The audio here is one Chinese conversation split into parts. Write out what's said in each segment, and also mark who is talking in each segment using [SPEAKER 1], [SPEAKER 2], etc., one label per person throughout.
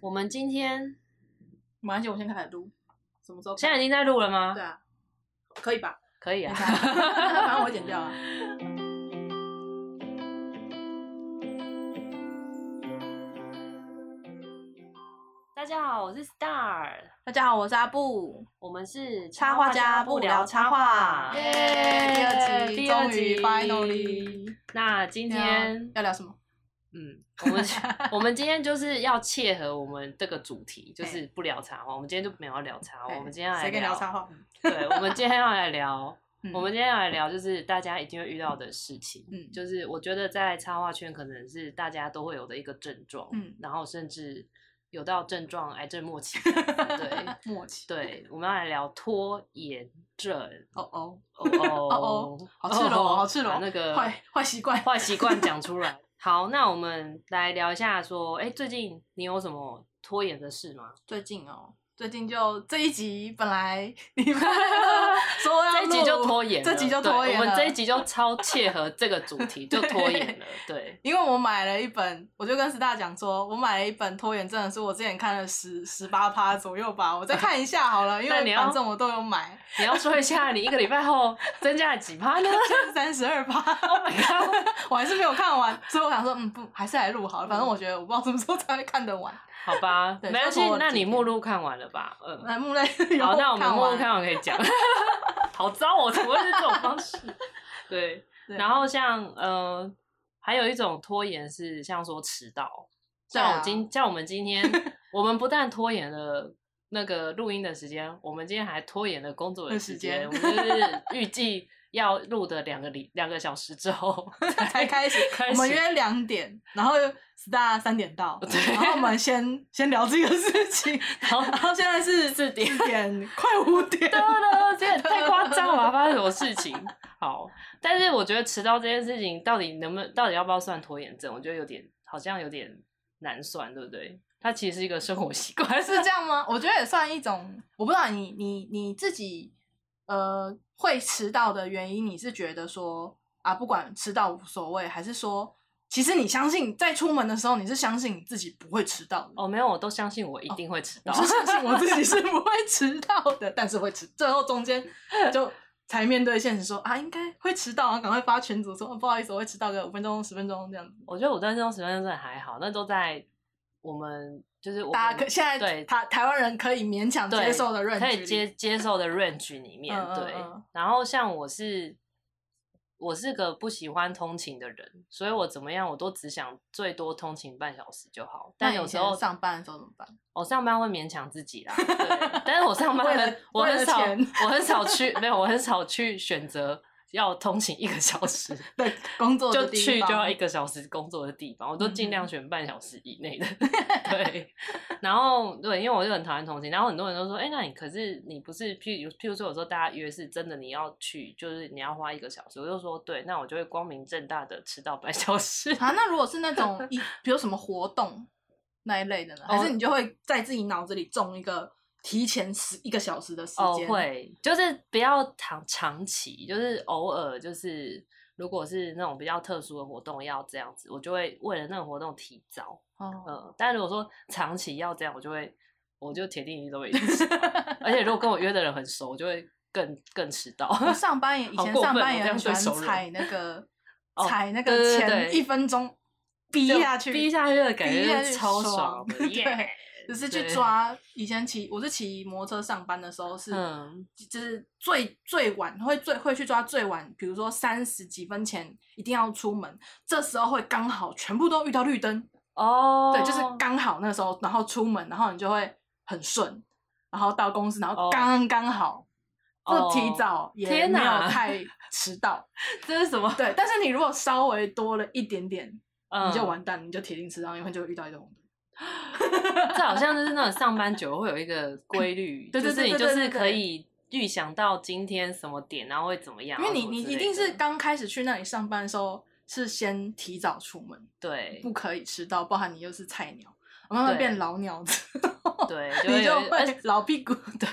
[SPEAKER 1] 我们今天
[SPEAKER 2] 没关系，我先开始录。什么时候开？
[SPEAKER 1] 现在已经在录了吗？
[SPEAKER 2] 对啊，可以吧？
[SPEAKER 1] 可以啊。
[SPEAKER 2] 反正我会剪 掉啊。
[SPEAKER 1] 大家好，我是 Star，
[SPEAKER 2] 大家好，我是阿布。
[SPEAKER 1] 我们是
[SPEAKER 2] 插画家不聊插画，
[SPEAKER 1] 耶
[SPEAKER 2] 耶！第
[SPEAKER 1] 第
[SPEAKER 2] 二
[SPEAKER 1] 二
[SPEAKER 2] 集终于
[SPEAKER 1] 集
[SPEAKER 2] finally。啊
[SPEAKER 1] 那今天，
[SPEAKER 2] 要聊什么？
[SPEAKER 1] 嗯，我们我们今天就是要切合我们这个主题，就是不聊茶话。我们今天就没有要聊茶话，我们今天要来
[SPEAKER 2] 哎谁跟你聊插画？
[SPEAKER 1] 对，我们今天要来聊，
[SPEAKER 2] 嗯
[SPEAKER 1] 我们今天要来聊就是大家一定会遇到的事情，
[SPEAKER 2] 嗯
[SPEAKER 1] 就是我觉得在插画圈可能是大家都会有的一个症状，
[SPEAKER 2] 嗯
[SPEAKER 1] 然后甚至有到症状癌症末期这样子，对
[SPEAKER 2] 默 契。
[SPEAKER 1] 对，我们要来聊拖延 症，
[SPEAKER 2] 哦哦，
[SPEAKER 1] 哦哦
[SPEAKER 2] 哦好赤裸哦，好赤裸
[SPEAKER 1] 把，那个
[SPEAKER 2] 坏坏习惯。
[SPEAKER 1] 坏习惯讲出 来。好，那我们来聊一下，说，哎，最近你有什么拖延的事吗？
[SPEAKER 2] 最近哦，最近就这一集本 来你们说要
[SPEAKER 1] 这一集
[SPEAKER 2] 录
[SPEAKER 1] 就拖延了，
[SPEAKER 2] 这集就
[SPEAKER 1] 对
[SPEAKER 2] 拖延
[SPEAKER 1] 我们这
[SPEAKER 2] 了
[SPEAKER 1] 一集就超切合这个主题， 就拖延了。对，
[SPEAKER 2] 因为我买了一本，我就跟师大讲说，我买了一本拖延症的书，我之前看了十十八趴左右吧，我再看一下好了，因
[SPEAKER 1] 那你
[SPEAKER 2] 为
[SPEAKER 1] 要
[SPEAKER 2] 反正我都有买，
[SPEAKER 1] 你要说一下你一个礼拜后增加了几趴呢？
[SPEAKER 2] 现在三十二趴，
[SPEAKER 1] Oh my god！
[SPEAKER 2] 我还是没有看完，所以我想说，嗯，不，还是来录好了，反正我觉得我不知道什么时候才会看得完。
[SPEAKER 1] 好吧，
[SPEAKER 2] 对
[SPEAKER 1] 没关系
[SPEAKER 2] 就拖，了
[SPEAKER 1] 那你
[SPEAKER 2] 几天
[SPEAKER 1] 目录看完了吧？ 嗯，
[SPEAKER 2] 那木类有
[SPEAKER 1] 好，那我们目录
[SPEAKER 2] 完
[SPEAKER 1] 看完可以讲。 好糟哦，怎么会是这种方 式？对，
[SPEAKER 2] 对
[SPEAKER 1] 然后像呃，还有一种拖延是像说迟到，
[SPEAKER 2] 啊
[SPEAKER 1] 像我今、像我们今天， 我们不但拖延了。那个录音的时间，我们今天还拖延了工作的
[SPEAKER 2] 的
[SPEAKER 1] 时
[SPEAKER 2] 时
[SPEAKER 1] 间。
[SPEAKER 2] 间
[SPEAKER 1] 我们就是预计要录的两个礼两个小时之 后
[SPEAKER 2] 才开始，
[SPEAKER 1] 开始
[SPEAKER 2] 我们约两点，然后 star 三点到，
[SPEAKER 1] 对
[SPEAKER 2] 然后我们先先聊这个事情，
[SPEAKER 1] 然后
[SPEAKER 2] 然后现在是
[SPEAKER 1] 四点
[SPEAKER 2] 四点快五点，
[SPEAKER 1] 了，这也太夸张了吧！发生什么事情？好，但是我觉得迟到这件事情到底能不能，到底要不要算拖延症？我觉得有点，好像有点难算，对不对？它其实是一个生活习惯，
[SPEAKER 2] 是这样吗？我觉得也算一种，我不知道你你你自己呃会迟到的原因，你是觉得说啊不管迟到无所谓，还是说其实你相信在出门的时候你是相信你自己不会迟到的？
[SPEAKER 1] 哦，没有，我都相信我一定会迟到
[SPEAKER 2] 我。是相信我自己是不会迟到的， 但是会迟，最后中间就才面对现实说啊应该会迟到，然后赶快发群组说、哦不好意思我会迟到个五分钟十分钟这样子。
[SPEAKER 1] 我觉得我对这种时间真的还好，那都在我们就是我们
[SPEAKER 2] 大家可现在
[SPEAKER 1] 对
[SPEAKER 2] 台台湾人可以勉强
[SPEAKER 1] 对
[SPEAKER 2] 接受的认
[SPEAKER 1] 可以接接受的 range 里面，
[SPEAKER 2] 嗯嗯
[SPEAKER 1] 对
[SPEAKER 2] 嗯。
[SPEAKER 1] 然后像我是，我是个不喜欢通勤的人，所以我怎么样我都只想最多通勤半小时就好。但
[SPEAKER 2] 那
[SPEAKER 1] 有
[SPEAKER 2] 你以
[SPEAKER 1] 时
[SPEAKER 2] 前
[SPEAKER 1] 候
[SPEAKER 2] 上班的时候怎么办？
[SPEAKER 1] 我上班会勉强自己啦， 对但是我上班
[SPEAKER 2] 为了
[SPEAKER 1] 很我
[SPEAKER 2] 为了
[SPEAKER 1] 很少
[SPEAKER 2] 钱
[SPEAKER 1] 我很少去没有我很少去选择要通勤一个小时。
[SPEAKER 2] 对，工作
[SPEAKER 1] 就
[SPEAKER 2] 的地
[SPEAKER 1] 去就
[SPEAKER 2] 方
[SPEAKER 1] 要一个小时工作的地方，我都尽量
[SPEAKER 2] 嗯
[SPEAKER 1] 选半小时以内的。 对，然后对，因为我就很讨厌通勤，然后很多人都说，哎、那你可是你不是，譬如譬如说，有时候大家约是真的，你要去，就是你要花一个小时，我就说对，那我就会光明正大的迟到半小时。
[SPEAKER 2] 啊，那如果是那 种一，比如什么活动那一类的呢？还
[SPEAKER 1] 哦
[SPEAKER 2] 是你就会在自己脑子里种一个提前十一个小时的时
[SPEAKER 1] 哦，
[SPEAKER 2] 间？，
[SPEAKER 1] 会，就是不要长长期，就是偶尔，就是如果是那种比较特殊的活动要这样子，我就会为了那个活动提早。
[SPEAKER 2] 哦，
[SPEAKER 1] 呃，但如果说长期要这样，我就会，我就铁定一定都会迟到而且如果跟我约的人很熟，我就会更更迟到。
[SPEAKER 2] 我上班也以
[SPEAKER 1] 好
[SPEAKER 2] 前
[SPEAKER 1] 过
[SPEAKER 2] 上
[SPEAKER 1] 分
[SPEAKER 2] 班
[SPEAKER 1] 哦
[SPEAKER 2] 也
[SPEAKER 1] 这
[SPEAKER 2] 很
[SPEAKER 1] 样
[SPEAKER 2] 喜
[SPEAKER 1] 对
[SPEAKER 2] 欢
[SPEAKER 1] 熟人
[SPEAKER 2] 踩那个
[SPEAKER 1] 哦
[SPEAKER 2] 踩那
[SPEAKER 1] 对
[SPEAKER 2] 个
[SPEAKER 1] 对对
[SPEAKER 2] 前一分钟逼
[SPEAKER 1] 就
[SPEAKER 2] 下去，
[SPEAKER 1] 逼下去的感
[SPEAKER 2] 逼下
[SPEAKER 1] 觉就
[SPEAKER 2] 去
[SPEAKER 1] 是超
[SPEAKER 2] 爽
[SPEAKER 1] 爽 的，耶！
[SPEAKER 2] 就是去
[SPEAKER 1] 对
[SPEAKER 2] 抓。以前骑我是骑摩托车上班的时候是，
[SPEAKER 1] 嗯
[SPEAKER 2] 就是最最晚会最会去抓最晚，比如说三十几分前一定要出门，这时候会刚好全部都遇到绿灯，
[SPEAKER 1] 哦，
[SPEAKER 2] 对，就是刚好那时候，然后出门，然后你就会很顺，然后到公司，然后
[SPEAKER 1] 哦
[SPEAKER 2] 刚刚好，
[SPEAKER 1] 哦
[SPEAKER 2] 不提早也
[SPEAKER 1] 天
[SPEAKER 2] 没有
[SPEAKER 1] 哪
[SPEAKER 2] 太 迟到。
[SPEAKER 1] 这是什么？
[SPEAKER 2] 对，但是你如果稍微多了一点点，
[SPEAKER 1] 嗯
[SPEAKER 2] 你就完蛋，你就铁定迟到，因为就会遇到这种。
[SPEAKER 1] 这好像就是那种上班久了会有一 个规律，
[SPEAKER 2] 对对
[SPEAKER 1] 就是
[SPEAKER 2] 对
[SPEAKER 1] 你
[SPEAKER 2] 对
[SPEAKER 1] 就
[SPEAKER 2] 对
[SPEAKER 1] 是
[SPEAKER 2] 对对
[SPEAKER 1] 可以预想到今天什么点，然后会怎么样
[SPEAKER 2] 因
[SPEAKER 1] 啊，
[SPEAKER 2] 为你
[SPEAKER 1] 什么
[SPEAKER 2] 你
[SPEAKER 1] 之
[SPEAKER 2] 一
[SPEAKER 1] 类
[SPEAKER 2] 定是
[SPEAKER 1] 的
[SPEAKER 2] 刚开始去那里上班的时候是先提早出门，
[SPEAKER 1] 对
[SPEAKER 2] 不可以迟到，包含你又是菜鸟，慢慢
[SPEAKER 1] 对
[SPEAKER 2] 变老鸟之后，
[SPEAKER 1] 对，就
[SPEAKER 2] 你
[SPEAKER 1] 会
[SPEAKER 2] 就
[SPEAKER 1] 有一而且
[SPEAKER 2] 会老屁股。对，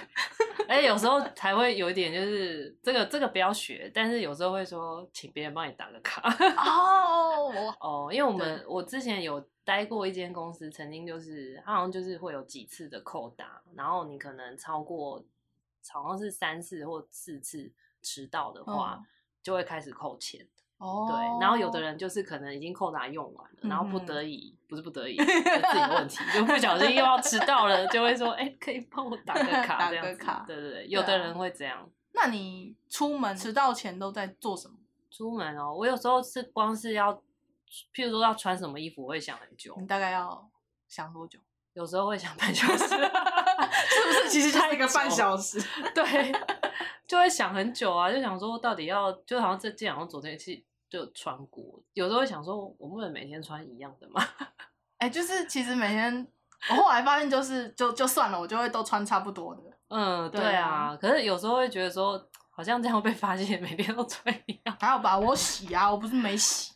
[SPEAKER 1] 而且有时候还会有一点，就是这个这个不要学，但是有时候会说请别人帮你打个卡。
[SPEAKER 2] 哦， 我
[SPEAKER 1] 哦，因为我们我之前有待过一间公司，曾经就是它好像就是会有几次的扣打，然后你可能超过好像是三次或四次迟到的话，
[SPEAKER 2] 嗯
[SPEAKER 1] 就会开始扣钱。
[SPEAKER 2] 哦，
[SPEAKER 1] 对，然后有的人就是可能已经扣打用完了，然后不
[SPEAKER 2] 嗯
[SPEAKER 1] 得已不是不 得已，是自己的问题，就不小心又要迟到了，就会说哎、可以帮我 打个
[SPEAKER 2] 打
[SPEAKER 1] 卡这样
[SPEAKER 2] 个
[SPEAKER 1] 子。
[SPEAKER 2] 卡
[SPEAKER 1] 对对对，有
[SPEAKER 2] 对
[SPEAKER 1] 的
[SPEAKER 2] 啊
[SPEAKER 1] 人会这样。
[SPEAKER 2] 那你出门迟到前都在做什么？
[SPEAKER 1] 出门哦，我有时候是光是要，譬如说要穿什么衣服，我会想很久，
[SPEAKER 2] 你大概要想多久？
[SPEAKER 1] 有时候会想半小时，
[SPEAKER 2] 是不是其实就是一个半小时？
[SPEAKER 1] 对， 就会想很久啊，就想说到底要，就好像这件好像昨天去就有穿过，有时候会想说，我不能每天穿一样的嘛，
[SPEAKER 2] 哎、就是其实每天，我后来发现就是就就算了，我就会都穿差不多的。
[SPEAKER 1] 嗯，对
[SPEAKER 2] 对
[SPEAKER 1] 啊
[SPEAKER 2] 啊，
[SPEAKER 1] 可是有时候会觉得说，好像这样被发现，每天都穿一样，
[SPEAKER 2] 还好吧，我洗啊，我不是没洗，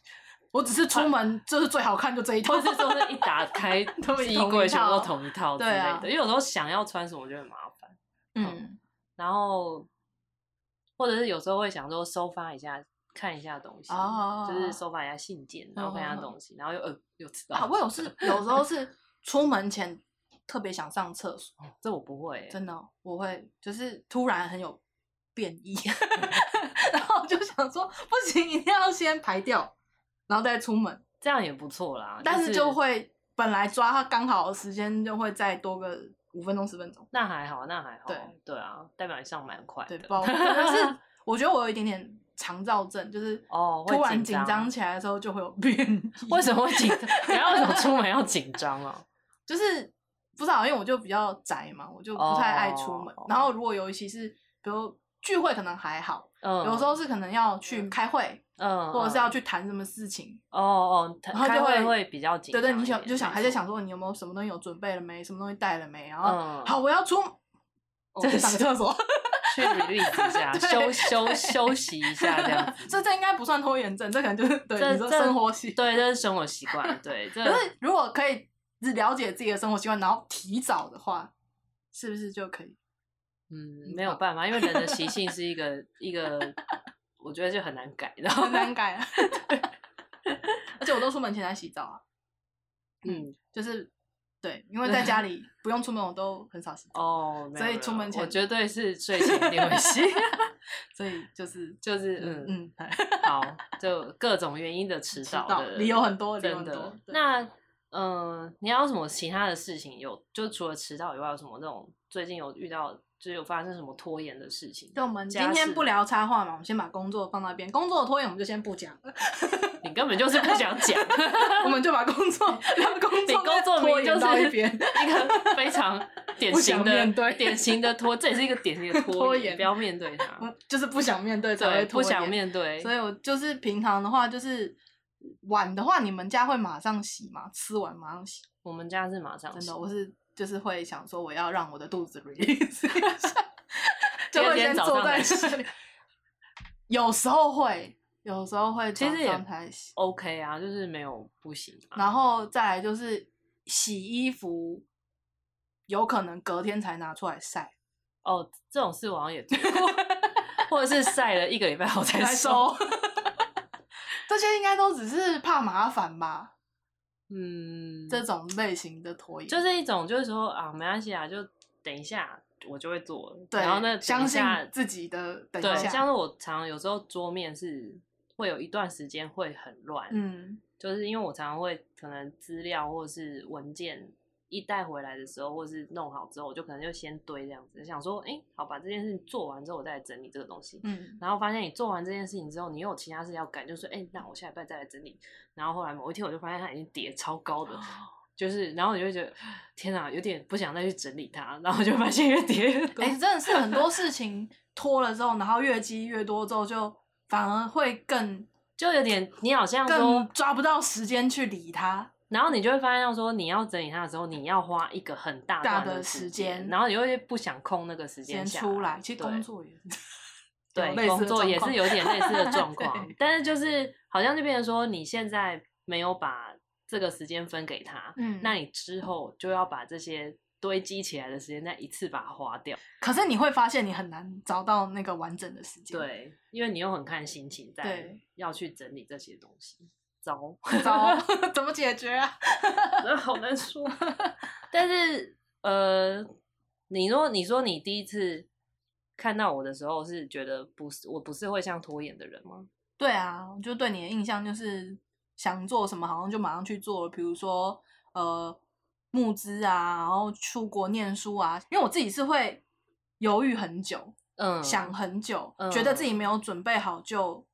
[SPEAKER 2] 我只是出门就是最好看就这一套
[SPEAKER 1] 或。是 说是一打开
[SPEAKER 2] 都一
[SPEAKER 1] 衣
[SPEAKER 2] 同一
[SPEAKER 1] 柜全部都
[SPEAKER 2] 套
[SPEAKER 1] 同一套之
[SPEAKER 2] 对
[SPEAKER 1] 类
[SPEAKER 2] 啊
[SPEAKER 1] 的，因为有时候想要穿什么就很麻烦。
[SPEAKER 2] 嗯，
[SPEAKER 1] 然后或者是有时候会想说收发一下，看一下东西，
[SPEAKER 2] 哦
[SPEAKER 1] 就是收发一下信件，然后看一下东西，然后又呃又知道、
[SPEAKER 2] 啊，我有是有时候是出门前特别想上厕所，
[SPEAKER 1] 这我不会欸、
[SPEAKER 2] 真的哦、我会就是突然很有变异，
[SPEAKER 1] 嗯
[SPEAKER 2] 然后我就想说不行，一定要先排掉，然后再出门，
[SPEAKER 1] 这样也不错啦，
[SPEAKER 2] 但是
[SPEAKER 1] 是
[SPEAKER 2] 就会本来抓它刚好的时间，就会再多个五分钟十分钟。
[SPEAKER 1] 那还好，那还好，
[SPEAKER 2] 对
[SPEAKER 1] 啊，代表你上蛮快
[SPEAKER 2] 对，
[SPEAKER 1] 的
[SPEAKER 2] 不知道，可能 是我觉得我有一点点肠燥症，就是
[SPEAKER 1] 哦会
[SPEAKER 2] 突然
[SPEAKER 1] 紧
[SPEAKER 2] 紧
[SPEAKER 1] 张
[SPEAKER 2] 张起来的时候就会有变异。
[SPEAKER 1] 为什么会紧张？ 你要为什么出门要紧张啊？
[SPEAKER 2] 就是不知道，因为我就比较宅嘛，我就不太爱出门。
[SPEAKER 1] 哦
[SPEAKER 2] 然后如果尤其是比如聚会，可能还好，
[SPEAKER 1] 嗯，
[SPEAKER 2] 有时候是可能要去开会，
[SPEAKER 1] 嗯，
[SPEAKER 2] 或者是要
[SPEAKER 1] 嗯
[SPEAKER 2] 去谈什么事情。
[SPEAKER 1] 哦哦，他
[SPEAKER 2] 然后就
[SPEAKER 1] 开会
[SPEAKER 2] 会
[SPEAKER 1] 会比较紧
[SPEAKER 2] 对
[SPEAKER 1] 张一
[SPEAKER 2] 对，
[SPEAKER 1] 点，
[SPEAKER 2] 你想就想
[SPEAKER 1] 没
[SPEAKER 2] 还在
[SPEAKER 1] 错
[SPEAKER 2] 想，说你有没有什么东西有准备了没？什么东西带了没？然后、
[SPEAKER 1] 嗯，
[SPEAKER 2] 好，我要出，我
[SPEAKER 1] 真
[SPEAKER 2] 去上个
[SPEAKER 1] 是
[SPEAKER 2] 厕所。
[SPEAKER 1] 去 release 一下，
[SPEAKER 2] 对
[SPEAKER 1] 休
[SPEAKER 2] 对
[SPEAKER 1] 休休息一下这样子。
[SPEAKER 2] 这这应该不算拖延症，这可能就是
[SPEAKER 1] 这
[SPEAKER 2] 对你说
[SPEAKER 1] 这
[SPEAKER 2] 生活习。
[SPEAKER 1] 对，这是生活习惯。对，这
[SPEAKER 2] 可是如果可以只了解自己的生活习惯，然后提早的话，是不是就可以？
[SPEAKER 1] 嗯没有办法，因为人的习性是一个 一个，我觉得就很难改的。
[SPEAKER 2] 很难改啊。 而且我都出门前才洗澡啊，
[SPEAKER 1] 嗯，
[SPEAKER 2] 就是对，因为在家里不用出门，我都很少洗澡，
[SPEAKER 1] 哦，没有
[SPEAKER 2] 所以
[SPEAKER 1] 没有
[SPEAKER 2] 出门前
[SPEAKER 1] 我绝对是睡前一定 会洗，
[SPEAKER 2] 所以就是
[SPEAKER 1] 就是嗯
[SPEAKER 2] 嗯嗯，
[SPEAKER 1] 好，就各种原因的迟
[SPEAKER 2] 迟
[SPEAKER 1] 到
[SPEAKER 2] 到
[SPEAKER 1] 的
[SPEAKER 2] 理由很多，理由
[SPEAKER 1] 真
[SPEAKER 2] 很
[SPEAKER 1] 的
[SPEAKER 2] 多。。
[SPEAKER 1] 那嗯、呃你还有什么其他的事情有？就除了迟到以外，有什么那种最近有遇到，就是有发生什么拖延的事情？
[SPEAKER 2] 就我们
[SPEAKER 1] 家
[SPEAKER 2] 今
[SPEAKER 1] 事
[SPEAKER 2] 天不聊插话嘛，我们先把工作放到一边，工作的拖延我们就先不讲，
[SPEAKER 1] 你根本就是不想讲，
[SPEAKER 2] 我们就把工作聊工
[SPEAKER 1] 你
[SPEAKER 2] 作
[SPEAKER 1] 工
[SPEAKER 2] 跟
[SPEAKER 1] 作
[SPEAKER 2] 拖
[SPEAKER 1] 名就
[SPEAKER 2] 延到
[SPEAKER 1] 是
[SPEAKER 2] 一 边。
[SPEAKER 1] 一个非常典
[SPEAKER 2] 不
[SPEAKER 1] 型
[SPEAKER 2] 想
[SPEAKER 1] 的
[SPEAKER 2] 面对
[SPEAKER 1] 典型的拖，这也是一个典型的拖
[SPEAKER 2] 拖
[SPEAKER 1] 延，
[SPEAKER 2] 延
[SPEAKER 1] 不要面对它，
[SPEAKER 2] 我嗯就是不想面对才
[SPEAKER 1] 啊对，
[SPEAKER 2] 会
[SPEAKER 1] 不
[SPEAKER 2] 拖延
[SPEAKER 1] 想面对，
[SPEAKER 2] 所以我就是平常的话，就是晚的话，你们家会马上洗吗？吃完马上洗？
[SPEAKER 1] 我们家是马上
[SPEAKER 2] 真
[SPEAKER 1] 洗
[SPEAKER 2] 的，我是就是会想说，我要让我的肚子 release 一 下，
[SPEAKER 1] 第
[SPEAKER 2] 就
[SPEAKER 1] 二
[SPEAKER 2] 会
[SPEAKER 1] 天
[SPEAKER 2] 先
[SPEAKER 1] 早
[SPEAKER 2] 坐
[SPEAKER 1] 上
[SPEAKER 2] 在
[SPEAKER 1] 来洗
[SPEAKER 2] 这里。有时候会，有时候会
[SPEAKER 1] 其
[SPEAKER 2] 早
[SPEAKER 1] 实也
[SPEAKER 2] 上才洗，
[SPEAKER 1] OK 啊，就是没有不行啊，
[SPEAKER 2] 然后再来就是洗衣服，有可能隔天才拿出来晒，
[SPEAKER 1] 哦，这种事我好像也做过， 或者是晒了一个礼拜后才
[SPEAKER 2] 才
[SPEAKER 1] 收。
[SPEAKER 2] 收。 这些应该都只是怕麻烦吧，
[SPEAKER 1] 嗯，
[SPEAKER 2] 这种类型的拖延。
[SPEAKER 1] 就是一种，就是说啊，没关系啊，就等一下我就会做了。
[SPEAKER 2] 对，
[SPEAKER 1] 然后呢，
[SPEAKER 2] 相信
[SPEAKER 1] 等一下
[SPEAKER 2] 自己的等
[SPEAKER 1] 对，
[SPEAKER 2] 一
[SPEAKER 1] 像
[SPEAKER 2] 下，
[SPEAKER 1] 是我常有时候桌面是会有一段时间会很乱，，
[SPEAKER 2] 嗯，
[SPEAKER 1] 就是因为我常常会可能资料或是文件一带回来的时候，或是弄好之后，我就可能就先堆这样子，想说，哎、好，把这件事情做完之后，我再来整理这个东西。
[SPEAKER 2] 嗯，
[SPEAKER 1] 然后发现你做完这件事情之后，你又有其他事要赶，就说，哎、那我下礼拜再来整理。然后后来某一天，我就发现它已经叠超高
[SPEAKER 2] 哦
[SPEAKER 1] 的，就是，然后你就会觉得，天哪，有点不想再去整理它，然后就发现越叠越多。
[SPEAKER 2] 哎、真的是很多事情拖了之后，然后越积越多之后，就反而会更
[SPEAKER 1] 就有点，你好像说
[SPEAKER 2] 更，抓不到时间去理它。
[SPEAKER 1] 然后你就会发现到说，你要整理它的时候，你要花一个很大
[SPEAKER 2] 大
[SPEAKER 1] 段
[SPEAKER 2] 的
[SPEAKER 1] 时
[SPEAKER 2] 时
[SPEAKER 1] 间，
[SPEAKER 2] 间
[SPEAKER 1] 然后你会不想空那个时间
[SPEAKER 2] 先
[SPEAKER 1] 下
[SPEAKER 2] 出来，其
[SPEAKER 1] 对
[SPEAKER 2] 实工作也是，有类
[SPEAKER 1] 对
[SPEAKER 2] 似的
[SPEAKER 1] 工作
[SPEAKER 2] 状
[SPEAKER 1] 也
[SPEAKER 2] 况
[SPEAKER 1] 是有点类似的状况
[SPEAKER 2] 对，
[SPEAKER 1] 但是就是好像就变成说，你现在没有把这个时间分给他，
[SPEAKER 2] 嗯
[SPEAKER 1] 那你之后就要把这些堆积起来的时间，再一次把它花掉。
[SPEAKER 2] 可是你会发现你很难找到那个完整的时间。，
[SPEAKER 1] 对，因为你又很看心情，在
[SPEAKER 2] 对
[SPEAKER 1] 要去整理这些东西， 糟，
[SPEAKER 2] 糟，怎么解决啊？
[SPEAKER 1] 真的好难说。 但是呃，你说你说你第一次看到我的时候，是觉得不是我不是会像拖延的人吗？
[SPEAKER 2] 对啊，就对你的印象就是想做什么好像就马上去做，比如说呃募资啊，然后出国念书啊，因为我自己是会犹豫很久，
[SPEAKER 1] 嗯，
[SPEAKER 2] 想很久，
[SPEAKER 1] 嗯
[SPEAKER 2] 觉得自己没有准备好就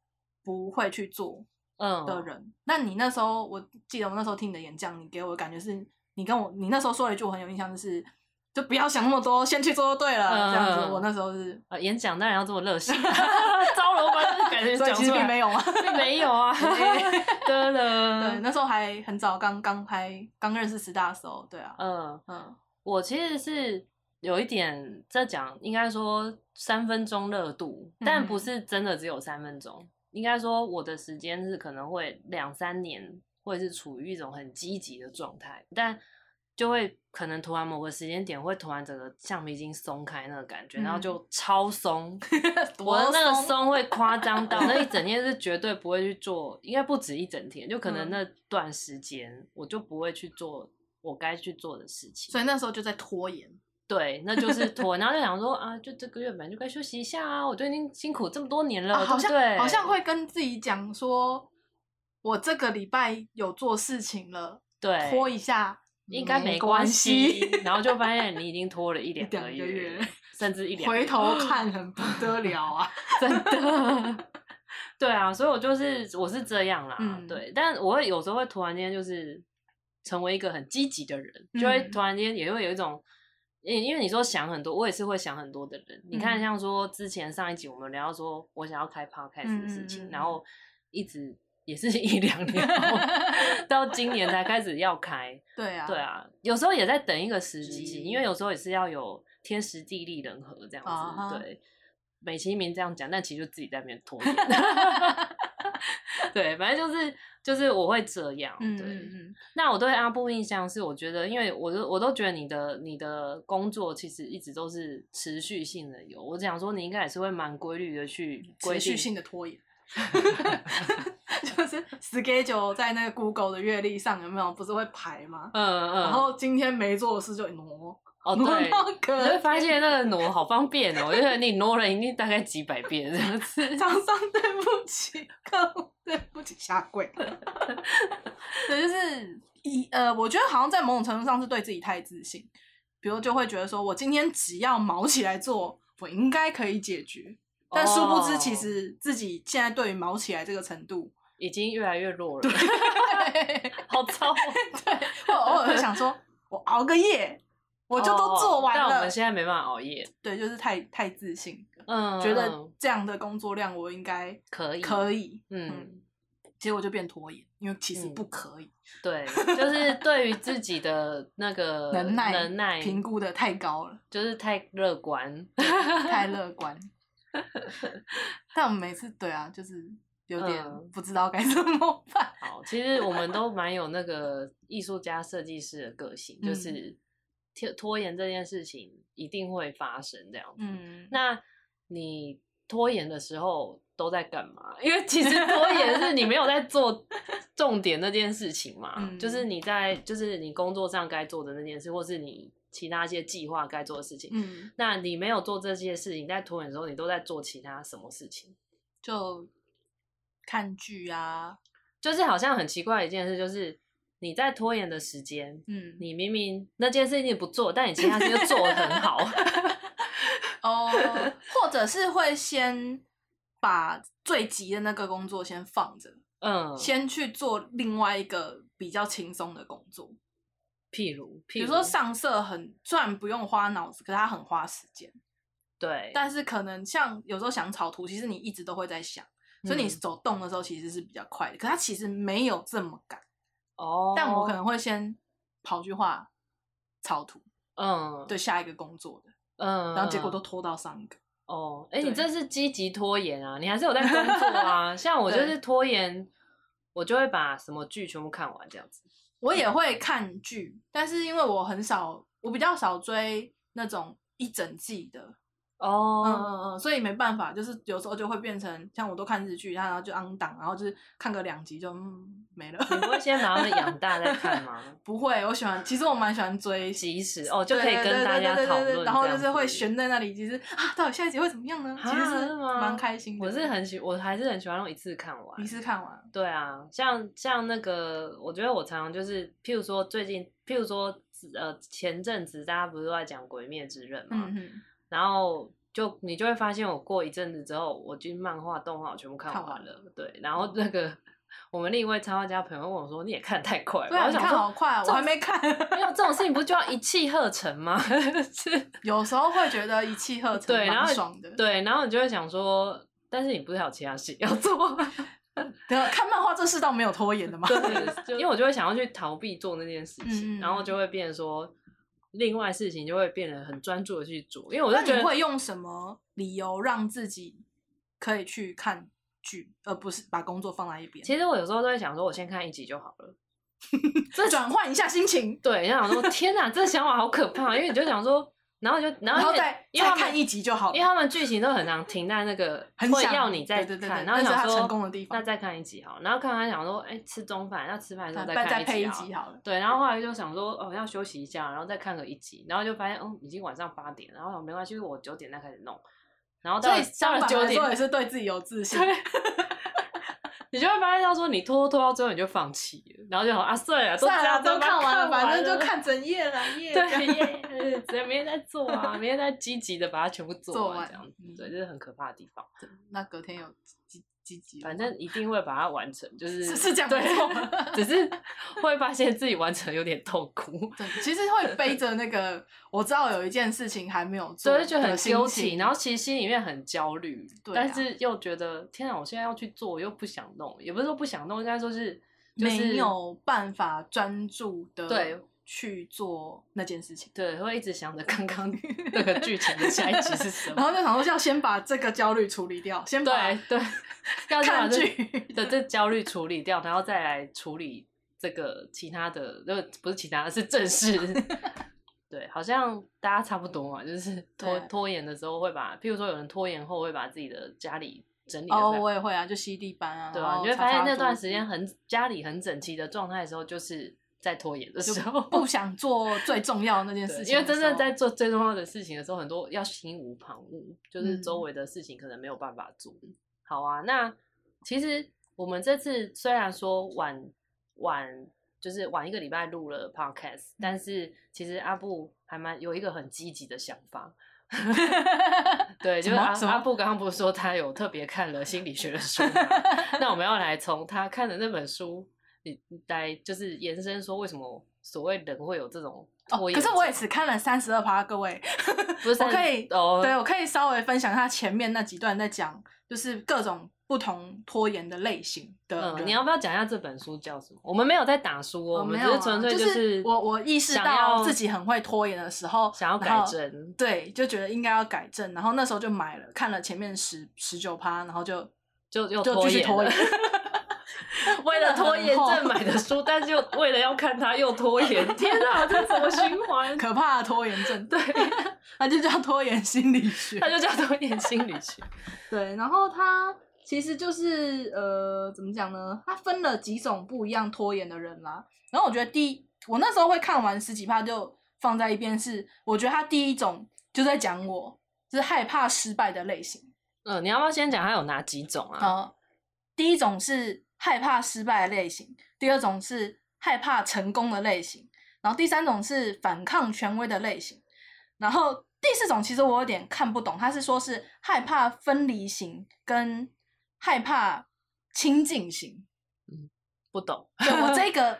[SPEAKER 2] 不会去做
[SPEAKER 1] 嗯
[SPEAKER 2] 的人。那你那时候，我记得我那时候听你的演讲，你给我的感觉是你跟我，你那时候说了一句我很有印象，就是就不要想那么多，先去做就对了。这样
[SPEAKER 1] 嗯
[SPEAKER 2] 子，我那时候是，
[SPEAKER 1] 呃，演讲当然要这么热 血，糟了，我把这个感觉
[SPEAKER 2] 所以
[SPEAKER 1] 讲
[SPEAKER 2] 其
[SPEAKER 1] 出
[SPEAKER 2] 实并
[SPEAKER 1] 来，
[SPEAKER 2] 没有啊。
[SPEAKER 1] 并没有 啊， 对
[SPEAKER 2] 对，
[SPEAKER 1] 了，
[SPEAKER 2] 那时候还很早，刚刚拍刚认识师大的时候，对啊，
[SPEAKER 1] 嗯。
[SPEAKER 2] 嗯，
[SPEAKER 1] 我其实是有一点在讲，应该说三分钟热度，但不
[SPEAKER 2] 嗯
[SPEAKER 1] 是真的只有三分钟。应该说我的时间是可能会两三年，会是处于一种很积极的状态，但就会可能突然某个时间点会突然整个橡皮筋松开那个感觉，然后
[SPEAKER 2] 嗯
[SPEAKER 1] 就超松。
[SPEAKER 2] 多
[SPEAKER 1] 我的那个
[SPEAKER 2] 松
[SPEAKER 1] 松会夸张到那一 整天是绝对不会去做，应该不止一整天，就可能
[SPEAKER 2] 嗯
[SPEAKER 1] 那段时间我就不会去做我该去做的事情。
[SPEAKER 2] 所以那时候就在拖延。
[SPEAKER 1] 对，那 就是拖，然后就想说啊，就这个月本来就该休息一下啊，我都已经辛苦这么多年了，
[SPEAKER 2] 啊、好
[SPEAKER 1] 对
[SPEAKER 2] 像
[SPEAKER 1] 不对？
[SPEAKER 2] 好像会跟自己讲说，我这个礼拜有做事情了，
[SPEAKER 1] 对
[SPEAKER 2] 拖一下
[SPEAKER 1] 应该没
[SPEAKER 2] 关
[SPEAKER 1] 系
[SPEAKER 2] 系。，
[SPEAKER 1] 然后就发现你已经拖了一两
[SPEAKER 2] 两
[SPEAKER 1] 个
[SPEAKER 2] 个
[SPEAKER 1] 月
[SPEAKER 2] 月，
[SPEAKER 1] 甚至一两个
[SPEAKER 2] 回
[SPEAKER 1] 月
[SPEAKER 2] 头 看很不得了啊！
[SPEAKER 1] 真的。 对啊，所以我就是我是这样啦，
[SPEAKER 2] 嗯
[SPEAKER 1] 对，但我会有时候会突然间就是成为一个很积极的人，就会
[SPEAKER 2] 嗯
[SPEAKER 1] 突然间也会有一种，因因为你说想很多，我也是会想很多的人。你看，
[SPEAKER 2] 嗯
[SPEAKER 1] 像说之前上一集我们聊到说我想要开 podcast 的事情，
[SPEAKER 2] 嗯嗯嗯
[SPEAKER 1] 然后一直也是一两年后 到今年才开始要开，
[SPEAKER 2] 对 啊，
[SPEAKER 1] 对，啊，有时候也在等一个时
[SPEAKER 2] 时
[SPEAKER 1] 机，
[SPEAKER 2] 机
[SPEAKER 1] 因为有时候也是要有天时地利人和这样子。
[SPEAKER 2] 啊哈
[SPEAKER 1] 对，美其名这样讲，但其实就自己在那边 拖延。对，反正就是就是我会这样。
[SPEAKER 2] 嗯
[SPEAKER 1] 对，
[SPEAKER 2] 嗯嗯，
[SPEAKER 1] 那我对阿布印象是，我觉得因为我都我都觉得你的你的工作其实一直都是持续性的有，我想说你应该也是会蛮规律的去规
[SPEAKER 2] 持续
[SPEAKER 1] 定
[SPEAKER 2] 性的拖延。 就是 schedule 在那个 Google 的月历上有没有不是会排吗？
[SPEAKER 1] 嗯嗯，
[SPEAKER 2] 然后今天没做的事就挪
[SPEAKER 1] 哦
[SPEAKER 2] 挪
[SPEAKER 1] 对，
[SPEAKER 2] 到
[SPEAKER 1] 你会
[SPEAKER 2] 隔
[SPEAKER 1] 发现那个挪好方便哦，我觉得你挪了一定大概几百遍这样子。
[SPEAKER 2] 厂商对不起，客户对不起，下跪。 对，就是一呃，我觉得好像在某种程度上是对自己太自信，比如就会觉得说我今天只要毛起来做，我应该可以解决。但殊不知，其
[SPEAKER 1] 哦
[SPEAKER 2] 实自己现在对于毛起来这个程度，
[SPEAKER 1] 已经越来越弱了，好 糟哦、
[SPEAKER 2] 我偶尔会想说，我熬个夜，我就都做完
[SPEAKER 1] 哦但我
[SPEAKER 2] 了。
[SPEAKER 1] 们现在没办法熬夜，
[SPEAKER 2] 对，就是太太自信，
[SPEAKER 1] 嗯，
[SPEAKER 2] 觉得
[SPEAKER 1] 嗯
[SPEAKER 2] 这样的工作量我应该
[SPEAKER 1] 可以，
[SPEAKER 2] 可以，嗯
[SPEAKER 1] 嗯，
[SPEAKER 2] 结果就变拖延，因为其实
[SPEAKER 1] 嗯
[SPEAKER 2] 不可以。
[SPEAKER 1] 对，就是对于自己的那个
[SPEAKER 2] 能耐
[SPEAKER 1] 呃能耐
[SPEAKER 2] 评估的太高 了，
[SPEAKER 1] 就是太乐观，
[SPEAKER 2] 太 乐观。但我们每次对啊，就是有
[SPEAKER 1] 嗯
[SPEAKER 2] 点不知道该 怎么办。
[SPEAKER 1] 好，其实我们都蛮有那个艺术家、设计师的个性，就
[SPEAKER 2] 嗯
[SPEAKER 1] 是拖拖延这件事情一定会发生这样子，
[SPEAKER 2] 嗯，
[SPEAKER 1] 那你拖延的时候都在干嘛？因为其实拖延是你没有在 做重点那件事情嘛，
[SPEAKER 2] 嗯
[SPEAKER 1] 就是你在就是你工作上该做的那件事，或是你其他一些计划该做的事情。
[SPEAKER 2] 嗯，
[SPEAKER 1] 那你没有做这些事情，你在拖延的时候，你都在做其他什么事情？
[SPEAKER 2] 就看剧啊，
[SPEAKER 1] 就是好像很奇怪的一件事，就是你在拖延的时间，
[SPEAKER 2] 嗯，
[SPEAKER 1] 你明明那件事情你不做，但你其他事情又做得很 好。
[SPEAKER 2] 哦，或者是会先把最急的那个工作先放着，
[SPEAKER 1] 嗯，
[SPEAKER 2] 先去做另外一个比较轻松的工作。
[SPEAKER 1] 譬如，譬
[SPEAKER 2] 比
[SPEAKER 1] 如
[SPEAKER 2] 如说上色很虽然不用花脑子，可是它很花时间。
[SPEAKER 1] 对，
[SPEAKER 2] 但是可能像有时候想草图，其实你一直都会在想，所以你
[SPEAKER 1] 嗯
[SPEAKER 2] 手动的时候其实是比较快的。可它其实没有这么赶，
[SPEAKER 1] 哦，
[SPEAKER 2] 但我可能会先跑去画草图，
[SPEAKER 1] 嗯，
[SPEAKER 2] 对下一个工作的，
[SPEAKER 1] 嗯，
[SPEAKER 2] 然后结果
[SPEAKER 1] 嗯
[SPEAKER 2] 都拖到上一个。
[SPEAKER 1] 哦，哎、你
[SPEAKER 2] 对
[SPEAKER 1] 这是积极拖延啊！你还是有在工作 啊。像我就
[SPEAKER 2] 对
[SPEAKER 1] 是拖延，我就会把什么剧全部看完这样子。
[SPEAKER 2] 我也会看剧，但是因为我很少我比较少追那种一整季的，嗯嗯
[SPEAKER 1] 哦，
[SPEAKER 2] 嗯，所以没办法，就是有时候就会变成像我都看日剧，然后就 on 档，然后就是看个两集就、嗯、没了。
[SPEAKER 1] 你不会先把他们养大再看吗？
[SPEAKER 2] 不会，我喜欢，其实我蛮喜欢追
[SPEAKER 1] 即时哦，就可以
[SPEAKER 2] 对
[SPEAKER 1] 跟大家
[SPEAKER 2] 对对对对
[SPEAKER 1] 讨
[SPEAKER 2] 对
[SPEAKER 1] 论，
[SPEAKER 2] 然后就
[SPEAKER 1] 这
[SPEAKER 2] 是
[SPEAKER 1] 样
[SPEAKER 2] 会
[SPEAKER 1] 子
[SPEAKER 2] 悬在那里，其实啊，到底下一集会怎么样呢？其实
[SPEAKER 1] 啊
[SPEAKER 2] 是
[SPEAKER 1] 是吗
[SPEAKER 2] 蛮开心的。
[SPEAKER 1] 我是很喜，我还是很喜欢用一次看完
[SPEAKER 2] 一。次看完，
[SPEAKER 1] 对啊，像像那个，我觉得我常常就是，譬如说最近，譬如说呃前阵子大家不是都在讲《鬼灭之刃》嘛，
[SPEAKER 2] 嗯嗯，
[SPEAKER 1] 然后就你就会发现，我过一阵子之后，我就漫画、动画我全部看
[SPEAKER 2] 看
[SPEAKER 1] 完
[SPEAKER 2] 完嗯
[SPEAKER 1] 了。对，然后那个我们另一位插画家朋友问我说：“你也看太快了。”
[SPEAKER 2] 对啊，
[SPEAKER 1] 我
[SPEAKER 2] 你
[SPEAKER 1] 想
[SPEAKER 2] 看
[SPEAKER 1] 说，
[SPEAKER 2] 好快啊，我还没看，
[SPEAKER 1] 没有这种事情不就要一气呵成吗？ 是，
[SPEAKER 2] 有时候会觉得一气呵成，
[SPEAKER 1] 对然后
[SPEAKER 2] 蛮爽的。
[SPEAKER 1] 对，然后你就会想说，但是你不是还有其他事情要做？
[SPEAKER 2] 然后看漫画这世道没有拖延的 嘛。
[SPEAKER 1] 对，就因为我就会想要去逃避做那件事
[SPEAKER 2] 嗯
[SPEAKER 1] 情，
[SPEAKER 2] 嗯
[SPEAKER 1] 然后就会变成说，另外事情就会变得很专注的去做，因为我
[SPEAKER 2] 那
[SPEAKER 1] 就觉
[SPEAKER 2] 你
[SPEAKER 1] 得
[SPEAKER 2] 会用什么理由让自己可以去看剧，而不是把工作放在一边？
[SPEAKER 1] 其实我有时候都会想说，我先看一集就好了。
[SPEAKER 2] 这转换一下心情，
[SPEAKER 1] 对，然后想说 天哪，这想法好可怕，因为你就想说，然后就然
[SPEAKER 2] 然
[SPEAKER 1] 后
[SPEAKER 2] 后
[SPEAKER 1] 因为
[SPEAKER 2] 再
[SPEAKER 1] 因为
[SPEAKER 2] 再
[SPEAKER 1] 他
[SPEAKER 2] 看
[SPEAKER 1] 们
[SPEAKER 2] 一集就好
[SPEAKER 1] 因为
[SPEAKER 2] 了。
[SPEAKER 1] 他们剧情都很常停在那个
[SPEAKER 2] 很
[SPEAKER 1] 会
[SPEAKER 2] 想
[SPEAKER 1] 要你再看，
[SPEAKER 2] 对对对对
[SPEAKER 1] 然后
[SPEAKER 2] 那是
[SPEAKER 1] 想
[SPEAKER 2] 他
[SPEAKER 1] 说
[SPEAKER 2] 成功的地方
[SPEAKER 1] 那再看一集好了，然后看完想说，哎，吃中饭，那吃饭的时候
[SPEAKER 2] 再
[SPEAKER 1] 看
[SPEAKER 2] 再
[SPEAKER 1] 一啊
[SPEAKER 2] 配一
[SPEAKER 1] 好了
[SPEAKER 2] 集好了，
[SPEAKER 1] 对，然后后来就想说，哦，要休息一下，然后再看个一集，然后就发现，嗯，已经晚上八点，然后没关系，我九点再开始弄，然后到
[SPEAKER 2] 所
[SPEAKER 1] 了
[SPEAKER 2] 以
[SPEAKER 1] 到
[SPEAKER 2] 相
[SPEAKER 1] 了
[SPEAKER 2] 反
[SPEAKER 1] 九
[SPEAKER 2] 来说也
[SPEAKER 1] 点，
[SPEAKER 2] 是对自己有自信。
[SPEAKER 1] 你就会发现到说，你拖拖拖到最后你就放弃了，然后就好啊， 算了，
[SPEAKER 2] 算了，
[SPEAKER 1] 都
[SPEAKER 2] 都
[SPEAKER 1] 这样
[SPEAKER 2] 看完
[SPEAKER 1] 完
[SPEAKER 2] 了，反正
[SPEAKER 1] 了
[SPEAKER 2] 就看整夜了，夜
[SPEAKER 1] 对， 耶，对明天再做啊，明天再积极的把它全部
[SPEAKER 2] 做
[SPEAKER 1] 做
[SPEAKER 2] 完
[SPEAKER 1] 完，这样子，
[SPEAKER 2] 嗯
[SPEAKER 1] 对，这是很可怕的地方。
[SPEAKER 2] 那隔天有几几集了吗，
[SPEAKER 1] 反正一定会把它完成，就是
[SPEAKER 2] 是是这样
[SPEAKER 1] 对
[SPEAKER 2] 没错，
[SPEAKER 1] 只是会发现自己完成有点痛苦，
[SPEAKER 2] 对，其实会背着那个，我知道有一件事情还没有做
[SPEAKER 1] 所
[SPEAKER 2] 的
[SPEAKER 1] 以就觉
[SPEAKER 2] 心情，
[SPEAKER 1] 得很纠结，然后其实心里面很焦虑，
[SPEAKER 2] 对啊
[SPEAKER 1] 但是又觉得天啊，我现在要去做，又不想弄，也不是说不想弄，应该说是就是
[SPEAKER 2] 没有办法专注的
[SPEAKER 1] 对
[SPEAKER 2] 去做那件事情。
[SPEAKER 1] 对，会一直 想着刚刚那个剧情的下一集是什么。
[SPEAKER 2] 然后就想说，要先把这个焦虑处理掉，先把
[SPEAKER 1] 对对，要先把
[SPEAKER 2] 看
[SPEAKER 1] 这
[SPEAKER 2] 剧
[SPEAKER 1] 的这焦虑处理掉，然后再来处理这个其他的，呃，不是其他的，是正 事。对，好像大家差不多嘛，就是拖
[SPEAKER 2] 对
[SPEAKER 1] 拖延的时候会把，譬如说有人拖延后会把自己的家里整理的、
[SPEAKER 2] 哦，我也会啊，就吸地板啊，
[SPEAKER 1] 对
[SPEAKER 2] 然
[SPEAKER 1] 啊，你
[SPEAKER 2] 后
[SPEAKER 1] 就会
[SPEAKER 2] 擦
[SPEAKER 1] 发现
[SPEAKER 2] 擦
[SPEAKER 1] 那
[SPEAKER 2] 桌
[SPEAKER 1] 段
[SPEAKER 2] 子
[SPEAKER 1] 时间很家里很整齐的状态的时候，就是在拖延的时候，
[SPEAKER 2] 不想做最重要的那件
[SPEAKER 1] 对
[SPEAKER 2] 事
[SPEAKER 1] 因
[SPEAKER 2] 情的时候，
[SPEAKER 1] 为真正在做最重要的事情的时候，很多要心无旁骛，就是
[SPEAKER 2] 嗯
[SPEAKER 1] 周围的事情可能没有办法做。好啊，那其实我们这次虽然说晚晚就是晚一个礼拜录了 podcast，、但
[SPEAKER 2] 嗯
[SPEAKER 1] 是其实阿布还蛮有一个很积极的想 法。对，就是
[SPEAKER 2] 什么
[SPEAKER 1] 阿
[SPEAKER 2] 什么
[SPEAKER 1] 阿布刚刚不是说他有特别看了心理学的书吗？那我们要来从他看的那本书你来，就是延伸说为什么所谓人会有这种拖
[SPEAKER 2] 哦，
[SPEAKER 1] 延
[SPEAKER 2] 可
[SPEAKER 1] 症、
[SPEAKER 2] 是我也只看了三十二趴，各位，
[SPEAKER 1] 不是
[SPEAKER 2] 我可以
[SPEAKER 1] 哦，
[SPEAKER 2] 对，我可以稍微分享一下前面那几段在讲，就是各种不同拖延的类型的人。
[SPEAKER 1] 嗯，你要不要讲一下这本书叫什么？我们没有在打书哦，
[SPEAKER 2] 我
[SPEAKER 1] 我们
[SPEAKER 2] 没
[SPEAKER 1] 只
[SPEAKER 2] 有啊、
[SPEAKER 1] 是纯粹
[SPEAKER 2] 就是我我意识
[SPEAKER 1] 想要
[SPEAKER 2] 到自己很会拖延的时候，
[SPEAKER 1] 想要
[SPEAKER 2] 然
[SPEAKER 1] 改
[SPEAKER 2] 后
[SPEAKER 1] 正，
[SPEAKER 2] 对，就觉得应该要改正，然后那时候就买了，看了前面十十九趴，然后就
[SPEAKER 1] 就又
[SPEAKER 2] 就继续拖
[SPEAKER 1] 了
[SPEAKER 2] 延。
[SPEAKER 1] 为了拖延
[SPEAKER 2] 真的很
[SPEAKER 1] 症
[SPEAKER 2] 厚
[SPEAKER 1] 买的书，但就为了要看它又拖 延，天哪，这怎么循环？
[SPEAKER 2] 可怕的拖延症，
[SPEAKER 1] 对，
[SPEAKER 2] 那就叫拖延心理学
[SPEAKER 1] 它。就叫拖延心理学。
[SPEAKER 2] 对，然后它其实就是呃，怎么讲呢？它分了几种不一样拖延的人啦。然后我觉得第一，我那时候会看完十几趴就放在一边是，我觉得它第一种就在讲我，就是害怕失败的类型。
[SPEAKER 1] 嗯，你要不要先讲它有哪几种啊？
[SPEAKER 2] 呃，第一种是害怕失败的类型，第二种是害怕成功的类型，然后第三种是反抗权威的类型，然后第四种其实我有点看不懂，他是说是害怕分离型跟害怕亲近型，
[SPEAKER 1] 不懂，
[SPEAKER 2] 对我这 个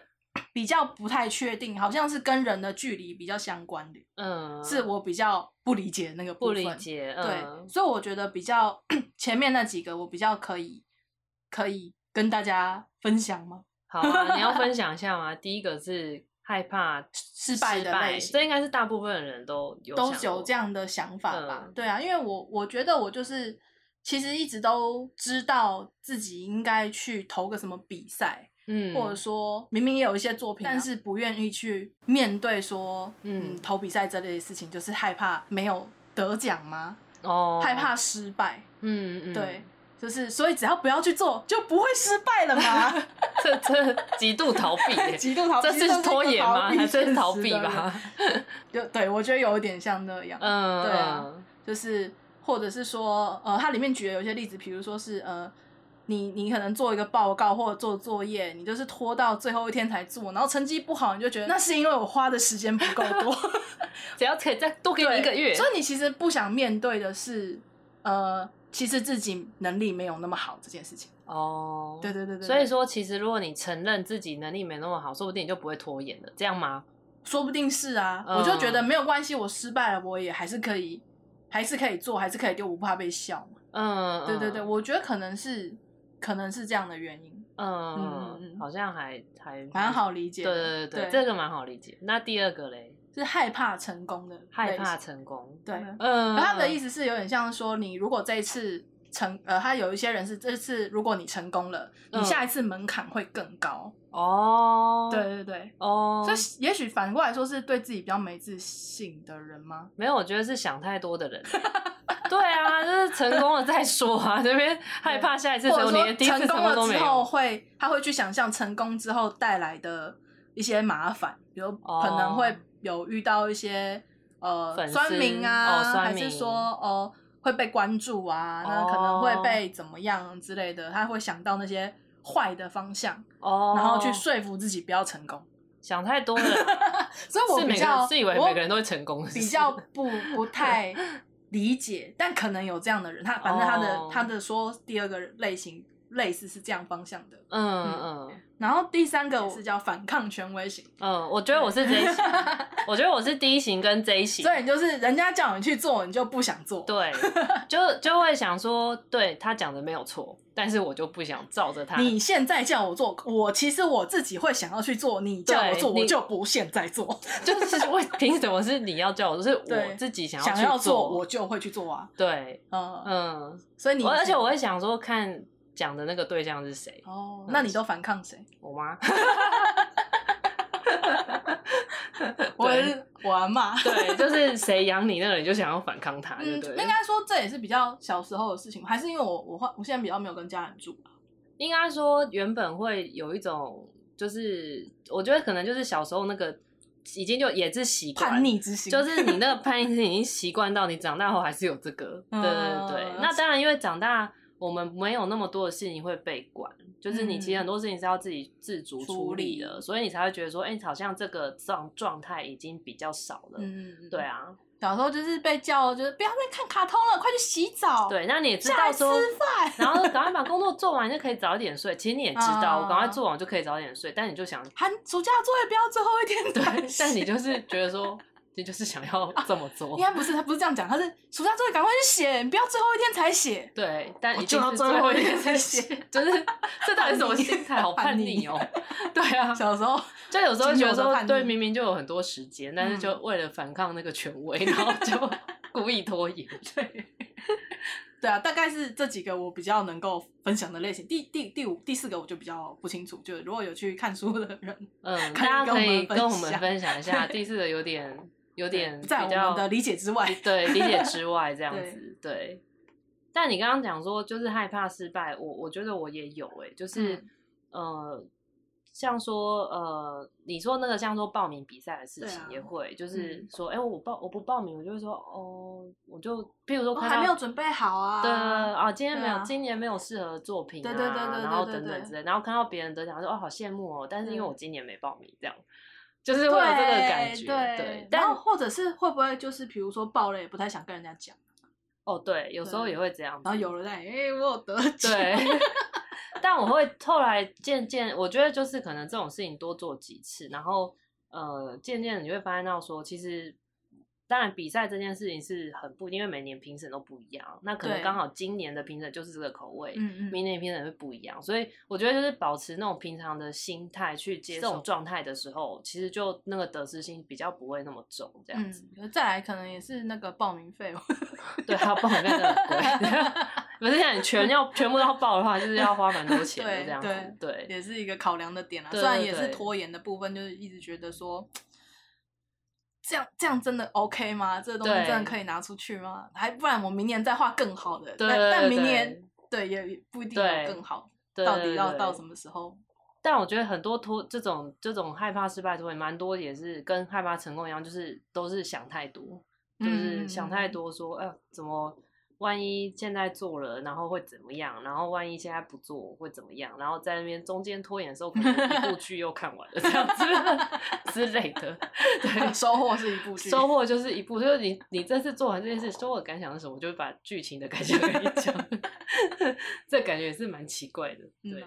[SPEAKER 2] 比较不太确定，好像是跟人的距离比较相关的，
[SPEAKER 1] 嗯，
[SPEAKER 2] 是我比较不理解那个部
[SPEAKER 1] 不
[SPEAKER 2] 分
[SPEAKER 1] 理解，嗯
[SPEAKER 2] 对，，所以我觉得比较前面那几个，我比较可以可以跟大家分享吗？
[SPEAKER 1] 好啊，你要分享一下吗？第一个是害怕
[SPEAKER 2] 失败的类型
[SPEAKER 1] 这应该是大部分人都有
[SPEAKER 2] 都
[SPEAKER 1] 想
[SPEAKER 2] 有
[SPEAKER 1] 过
[SPEAKER 2] 这样的想法吧？
[SPEAKER 1] 嗯
[SPEAKER 2] 对啊，因为我我觉得我就是其实一直都知道自己应该去投个什么比赛，
[SPEAKER 1] 嗯，
[SPEAKER 2] 或者说明明也有一些作品，但是不愿意去面对说，
[SPEAKER 1] 嗯
[SPEAKER 2] 嗯，投比赛这类的事情，就是害怕没有得奖吗？
[SPEAKER 1] 哦，
[SPEAKER 2] 害怕失败，
[SPEAKER 1] 嗯，嗯嗯，
[SPEAKER 2] 对，就是所以只要不要去做，就不会失败了吗？，
[SPEAKER 1] 这这极度逃 避耶
[SPEAKER 2] 极度逃避，
[SPEAKER 1] 这是拖延吗？
[SPEAKER 2] 这
[SPEAKER 1] 还
[SPEAKER 2] 是
[SPEAKER 1] 是
[SPEAKER 2] 一个
[SPEAKER 1] 逃
[SPEAKER 2] 逃避
[SPEAKER 1] 避
[SPEAKER 2] 现实的人
[SPEAKER 1] 吧？？
[SPEAKER 2] 就对我觉得有一点像那样，
[SPEAKER 1] 嗯，
[SPEAKER 2] 对啊
[SPEAKER 1] 嗯，
[SPEAKER 2] 就是或者是说，呃，它里面举的有些例子，比如说是呃。你你可能做一个报告或者做作业，你就是拖到最后一天才做，然后成绩不好，你就觉得那是因为我花的时间不够多，
[SPEAKER 1] 只要可以再多 给你一个月，
[SPEAKER 2] 所以你其实不想面对的是，呃，其实自己能力没有那么好这件事情。
[SPEAKER 1] 哦，
[SPEAKER 2] 对对对对，
[SPEAKER 1] 所以
[SPEAKER 2] 对
[SPEAKER 1] 说，其实如果你承认自己能力没那么好，说不定你就不会拖延了，这样吗？
[SPEAKER 2] 说不定是啊，
[SPEAKER 1] 嗯
[SPEAKER 2] 我就觉得没有关系，我失败了，我也还是可以，还是可以做，还是可以丢，我不怕被笑嘛。
[SPEAKER 1] 嗯，
[SPEAKER 2] 对对对，
[SPEAKER 1] 嗯
[SPEAKER 2] 我觉得可能是，可能是这样的原因，
[SPEAKER 1] 嗯
[SPEAKER 2] 嗯
[SPEAKER 1] 嗯
[SPEAKER 2] 嗯
[SPEAKER 1] 好像还还
[SPEAKER 2] 蛮。好理解
[SPEAKER 1] 对
[SPEAKER 2] 的。
[SPEAKER 1] 对对对，
[SPEAKER 2] 对，
[SPEAKER 1] 这个蛮好理解。那第二个嘞，
[SPEAKER 2] 是害怕成功的类型，
[SPEAKER 1] 害怕成功。
[SPEAKER 2] 对。
[SPEAKER 1] 嗯，
[SPEAKER 2] 他的意
[SPEAKER 1] 思，
[SPEAKER 2] 思是有点像说，你如果这一次成，呃，他有一些人是这次如果你成功了，
[SPEAKER 1] 嗯
[SPEAKER 2] 你下一次门槛会更高。
[SPEAKER 1] 哦，
[SPEAKER 2] 对，对对，
[SPEAKER 1] 哦，
[SPEAKER 2] 所以也许反过来说，是对自己比较没自信的人吗？
[SPEAKER 1] 没有，我觉得是想太多的人。 对啊，就是成功了再说啊，这边害怕下一次，
[SPEAKER 2] 或
[SPEAKER 1] 所以
[SPEAKER 2] 者
[SPEAKER 1] 我连
[SPEAKER 2] 说
[SPEAKER 1] 第一次
[SPEAKER 2] 成功
[SPEAKER 1] 功都
[SPEAKER 2] 了
[SPEAKER 1] 没
[SPEAKER 2] 之后
[SPEAKER 1] 有。
[SPEAKER 2] 会，他会去想象成功之后带来的一些麻烦，比如
[SPEAKER 1] 哦
[SPEAKER 2] 可能会有遇到一些、
[SPEAKER 1] 粉
[SPEAKER 2] 呃
[SPEAKER 1] 丝
[SPEAKER 2] 酸民
[SPEAKER 1] 哦
[SPEAKER 2] 啊，
[SPEAKER 1] 酸
[SPEAKER 2] 还
[SPEAKER 1] 民
[SPEAKER 2] 是说哦、会被关注啊，那
[SPEAKER 1] 哦
[SPEAKER 2] 可能会被怎么样之类的，他会想到那些坏的方向，
[SPEAKER 1] 哦，
[SPEAKER 2] 然后去说服自己不要成功。
[SPEAKER 1] 想太多了，
[SPEAKER 2] 所以我
[SPEAKER 1] 是
[SPEAKER 2] 比
[SPEAKER 1] 每个人
[SPEAKER 2] 较
[SPEAKER 1] 自以为
[SPEAKER 2] 我
[SPEAKER 1] 每个人都会成功，是不
[SPEAKER 2] 比
[SPEAKER 1] 是
[SPEAKER 2] 较不不太理解，但可能有这样的人，他反正他的、
[SPEAKER 1] 哦
[SPEAKER 2] 他的说第二个类型类似是这样方向的，
[SPEAKER 1] 嗯嗯
[SPEAKER 2] 然后第三个是叫反抗权威型，
[SPEAKER 1] 嗯，我觉得我是 J 型，我觉得我是 D 型跟 J 型
[SPEAKER 2] 所，以你就是人家叫你去做，你就不想做，
[SPEAKER 1] 对，就就会想说，对他讲的没有错，但是我就不想照着他。
[SPEAKER 2] 你现在叫我做，我其实我自己会想要去做，你叫我做，
[SPEAKER 1] 对你
[SPEAKER 2] 我就不现在做，
[SPEAKER 1] 就是 为凭什么是你要叫我，是我
[SPEAKER 2] 对
[SPEAKER 1] 自己想
[SPEAKER 2] 想
[SPEAKER 1] 要
[SPEAKER 2] 要
[SPEAKER 1] 去做。
[SPEAKER 2] 做我就会去做啊，
[SPEAKER 1] 对，
[SPEAKER 2] 嗯，
[SPEAKER 1] 嗯，
[SPEAKER 2] 所以你
[SPEAKER 1] 我而且我会想说，看讲的那个对象是谁，
[SPEAKER 2] 哦，那你都反抗谁？
[SPEAKER 1] 我妈。
[SPEAKER 2] 我是我阿妈。
[SPEAKER 1] 对，就是谁养你那个人，你就想要反抗他，啊对
[SPEAKER 2] 嗯，
[SPEAKER 1] 不对了？
[SPEAKER 2] 应该说这也是比较小时候的事情，还是因为我我后我现在比较没有跟家人住吧，
[SPEAKER 1] 应该说原本会有一种，就是我觉得可能就是小时候那个已经就也是习惯
[SPEAKER 2] 叛，逆之心
[SPEAKER 1] 就是你 那个叛逆是已经习惯到你长大后还是有这个，对
[SPEAKER 2] 嗯
[SPEAKER 1] 对对。那当然，因为长大我们没有那么多的事情会被管，就是你其实
[SPEAKER 2] 嗯
[SPEAKER 1] 很多事情是要自己自主处
[SPEAKER 2] 处
[SPEAKER 1] 理
[SPEAKER 2] 理
[SPEAKER 1] 的，所以你才会觉得说，哎、好像这个状状态已经比较少了。
[SPEAKER 2] 嗯，嗯
[SPEAKER 1] 对，啊，
[SPEAKER 2] 小时候就是被叫，就是不要再看卡通了，快去洗澡，，
[SPEAKER 1] 对，那你也知
[SPEAKER 2] 下
[SPEAKER 1] 道
[SPEAKER 2] 来吃
[SPEAKER 1] 说，
[SPEAKER 2] 饭，
[SPEAKER 1] 然后赶快把工作做完，就可以早一点睡。其实你也知道，
[SPEAKER 2] 啊
[SPEAKER 1] 我赶快做完我就可以早点睡，但你就想，
[SPEAKER 2] 寒暑假作业不要最后一天
[SPEAKER 1] 对
[SPEAKER 2] 才，
[SPEAKER 1] 但你
[SPEAKER 2] 写。
[SPEAKER 1] 就是觉得说，你就是想
[SPEAKER 2] 哦
[SPEAKER 1] 要这么做
[SPEAKER 2] 应，该不是，他不是这样讲，他是暑假作业赶快去写，你不要最后一天才写。
[SPEAKER 1] 对，但
[SPEAKER 2] 我
[SPEAKER 1] 一定
[SPEAKER 2] 哦就要
[SPEAKER 1] 是
[SPEAKER 2] 最
[SPEAKER 1] 最
[SPEAKER 2] 后
[SPEAKER 1] 后一
[SPEAKER 2] 一
[SPEAKER 1] 件事
[SPEAKER 2] 件事
[SPEAKER 1] 情
[SPEAKER 2] 情，
[SPEAKER 1] 就是这到底是什么
[SPEAKER 2] 叛逆
[SPEAKER 1] 心态？好叛
[SPEAKER 2] 叛
[SPEAKER 1] 逆
[SPEAKER 2] 逆
[SPEAKER 1] 哦， 对啊，
[SPEAKER 2] 小时候，
[SPEAKER 1] 就有时候觉得
[SPEAKER 2] 仅有的
[SPEAKER 1] 说，
[SPEAKER 2] 叛逆
[SPEAKER 1] 对，明明就有很多时间，但是
[SPEAKER 2] 嗯
[SPEAKER 1] 就为了反抗那个权威，然后就 故意拖延。
[SPEAKER 2] 对，对啊，大概是这几个我比较能够分享的类型。第第第五、第四个我就比较不清楚，就如果有去看书的人，
[SPEAKER 1] 嗯，
[SPEAKER 2] 可以
[SPEAKER 1] 大家
[SPEAKER 2] 跟
[SPEAKER 1] 可
[SPEAKER 2] 我们
[SPEAKER 1] 以
[SPEAKER 2] 分
[SPEAKER 1] 跟我们
[SPEAKER 2] 享
[SPEAKER 1] 分享一下，第四个有 点有点
[SPEAKER 2] 不在
[SPEAKER 1] 比
[SPEAKER 2] 我
[SPEAKER 1] 较
[SPEAKER 2] 们的理解之外，
[SPEAKER 1] 对理解 之外这样
[SPEAKER 2] 对
[SPEAKER 1] 子，对。但你刚刚讲说就是害怕失败，我我觉得我也有哎、就是、
[SPEAKER 2] 嗯
[SPEAKER 1] 呃，像说呃，你说那个像说报名比赛的事
[SPEAKER 2] 对
[SPEAKER 1] 情
[SPEAKER 2] 啊
[SPEAKER 1] 也会，就是
[SPEAKER 2] 嗯
[SPEAKER 1] 说哎、我报我不报名，我就会说哦，我就譬如说
[SPEAKER 2] 我
[SPEAKER 1] 看
[SPEAKER 2] 哦还没
[SPEAKER 1] 到
[SPEAKER 2] 有准备好啊。
[SPEAKER 1] 对啊，今天
[SPEAKER 2] 对
[SPEAKER 1] 没有，
[SPEAKER 2] 啊
[SPEAKER 1] 今年没有适合的作品啊，
[SPEAKER 2] 对对对对对
[SPEAKER 1] 然后
[SPEAKER 2] 对
[SPEAKER 1] 等等
[SPEAKER 2] 对
[SPEAKER 1] 之类，然后看到别人得奖说哦好羡慕哦，但是因为
[SPEAKER 2] 嗯
[SPEAKER 1] 我今年没报名，这样就是会
[SPEAKER 2] 对
[SPEAKER 1] 有这个感觉，
[SPEAKER 2] 对，
[SPEAKER 1] 对，
[SPEAKER 2] 然
[SPEAKER 1] 但
[SPEAKER 2] 后或者是会不会就是比如说爆了也不太想跟人家讲，
[SPEAKER 1] 哦对，有时候
[SPEAKER 2] 对
[SPEAKER 1] 也会这样子，
[SPEAKER 2] 然后有了再哎、我有得奖，
[SPEAKER 1] 对， 但我会后来渐渐，我觉得就是可能这种事情多做几次，然后呃，渐渐你会发现到说，其实当然比赛这件事情是很不，因为每年评审都不一样，那可能
[SPEAKER 2] 对
[SPEAKER 1] 刚好今年的评审就是这个口味，
[SPEAKER 2] 嗯嗯，
[SPEAKER 1] 明年评审会不一样，所以我觉得就是保持那种平常的心态去接受这种状态的时候，其实就那个得失心比较不会那么重，这样子。
[SPEAKER 2] 嗯，可是再来可能也是那个报名费，
[SPEAKER 1] 对，还有报名费真的很贵，可是像你全要全部都要报的话，就是要花蛮多钱的
[SPEAKER 2] 对
[SPEAKER 1] 这样子。对，
[SPEAKER 2] 也是一个考量的点啊。
[SPEAKER 1] 对
[SPEAKER 2] 虽然
[SPEAKER 1] 对
[SPEAKER 2] 也
[SPEAKER 1] 对
[SPEAKER 2] 是拖延的部分，就是一直觉得说，这样这样真的 OK 吗？这个东西
[SPEAKER 1] 对
[SPEAKER 2] 真的可以拿出去吗？还不然我明年再画更好的，
[SPEAKER 1] 对
[SPEAKER 2] 但
[SPEAKER 1] 对
[SPEAKER 2] 但明
[SPEAKER 1] 对
[SPEAKER 2] 年对也也不一定
[SPEAKER 1] 对
[SPEAKER 2] 有更好，
[SPEAKER 1] 对
[SPEAKER 2] 到
[SPEAKER 1] 对
[SPEAKER 2] 底要
[SPEAKER 1] 对
[SPEAKER 2] 到什么时候？
[SPEAKER 1] 但我觉得很多拖这种这种害怕失败拖延，蛮多也是跟害怕成功一样，就是都是想太多，就是想太
[SPEAKER 2] 嗯
[SPEAKER 1] 多说，哎、怎么万一现在做了，然后会怎么样？然后万一现在不做会怎么样？然后在那边中间拖延的时候，可能 一部剧又看完了这样子 之类的，对。
[SPEAKER 2] 收获是一部剧，
[SPEAKER 1] 收获就是一部，就是你你这次做完这件事，收获的感想是什么？我就会把剧情的感想跟你讲， 这感觉也是蛮奇怪的。
[SPEAKER 2] 嗯
[SPEAKER 1] 对，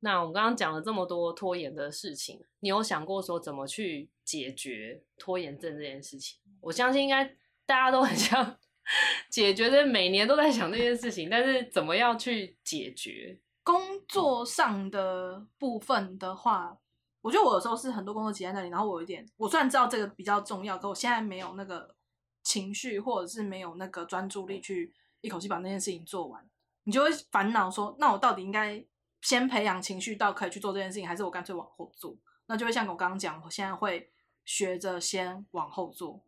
[SPEAKER 1] 那我们刚刚讲了这么多拖延的事情，你有想过说怎么去解决拖延症这件事情？我相信应该大家都很 想解决这，每年都在想这件事情，但是怎么样去解决？
[SPEAKER 2] 工作上的部分的话，我觉得我有时候是很多工作挤在那里，然后我有一点，我虽然知道这个比较重要，可我现在没有那个情绪，或者是没有那个专注力去一口气把那件事情做完，你就会烦恼说，那我到底应该先培养情绪到可以去做这件事情，还是我干脆往后做？那就会像我刚刚讲，我现在会学着先往后做，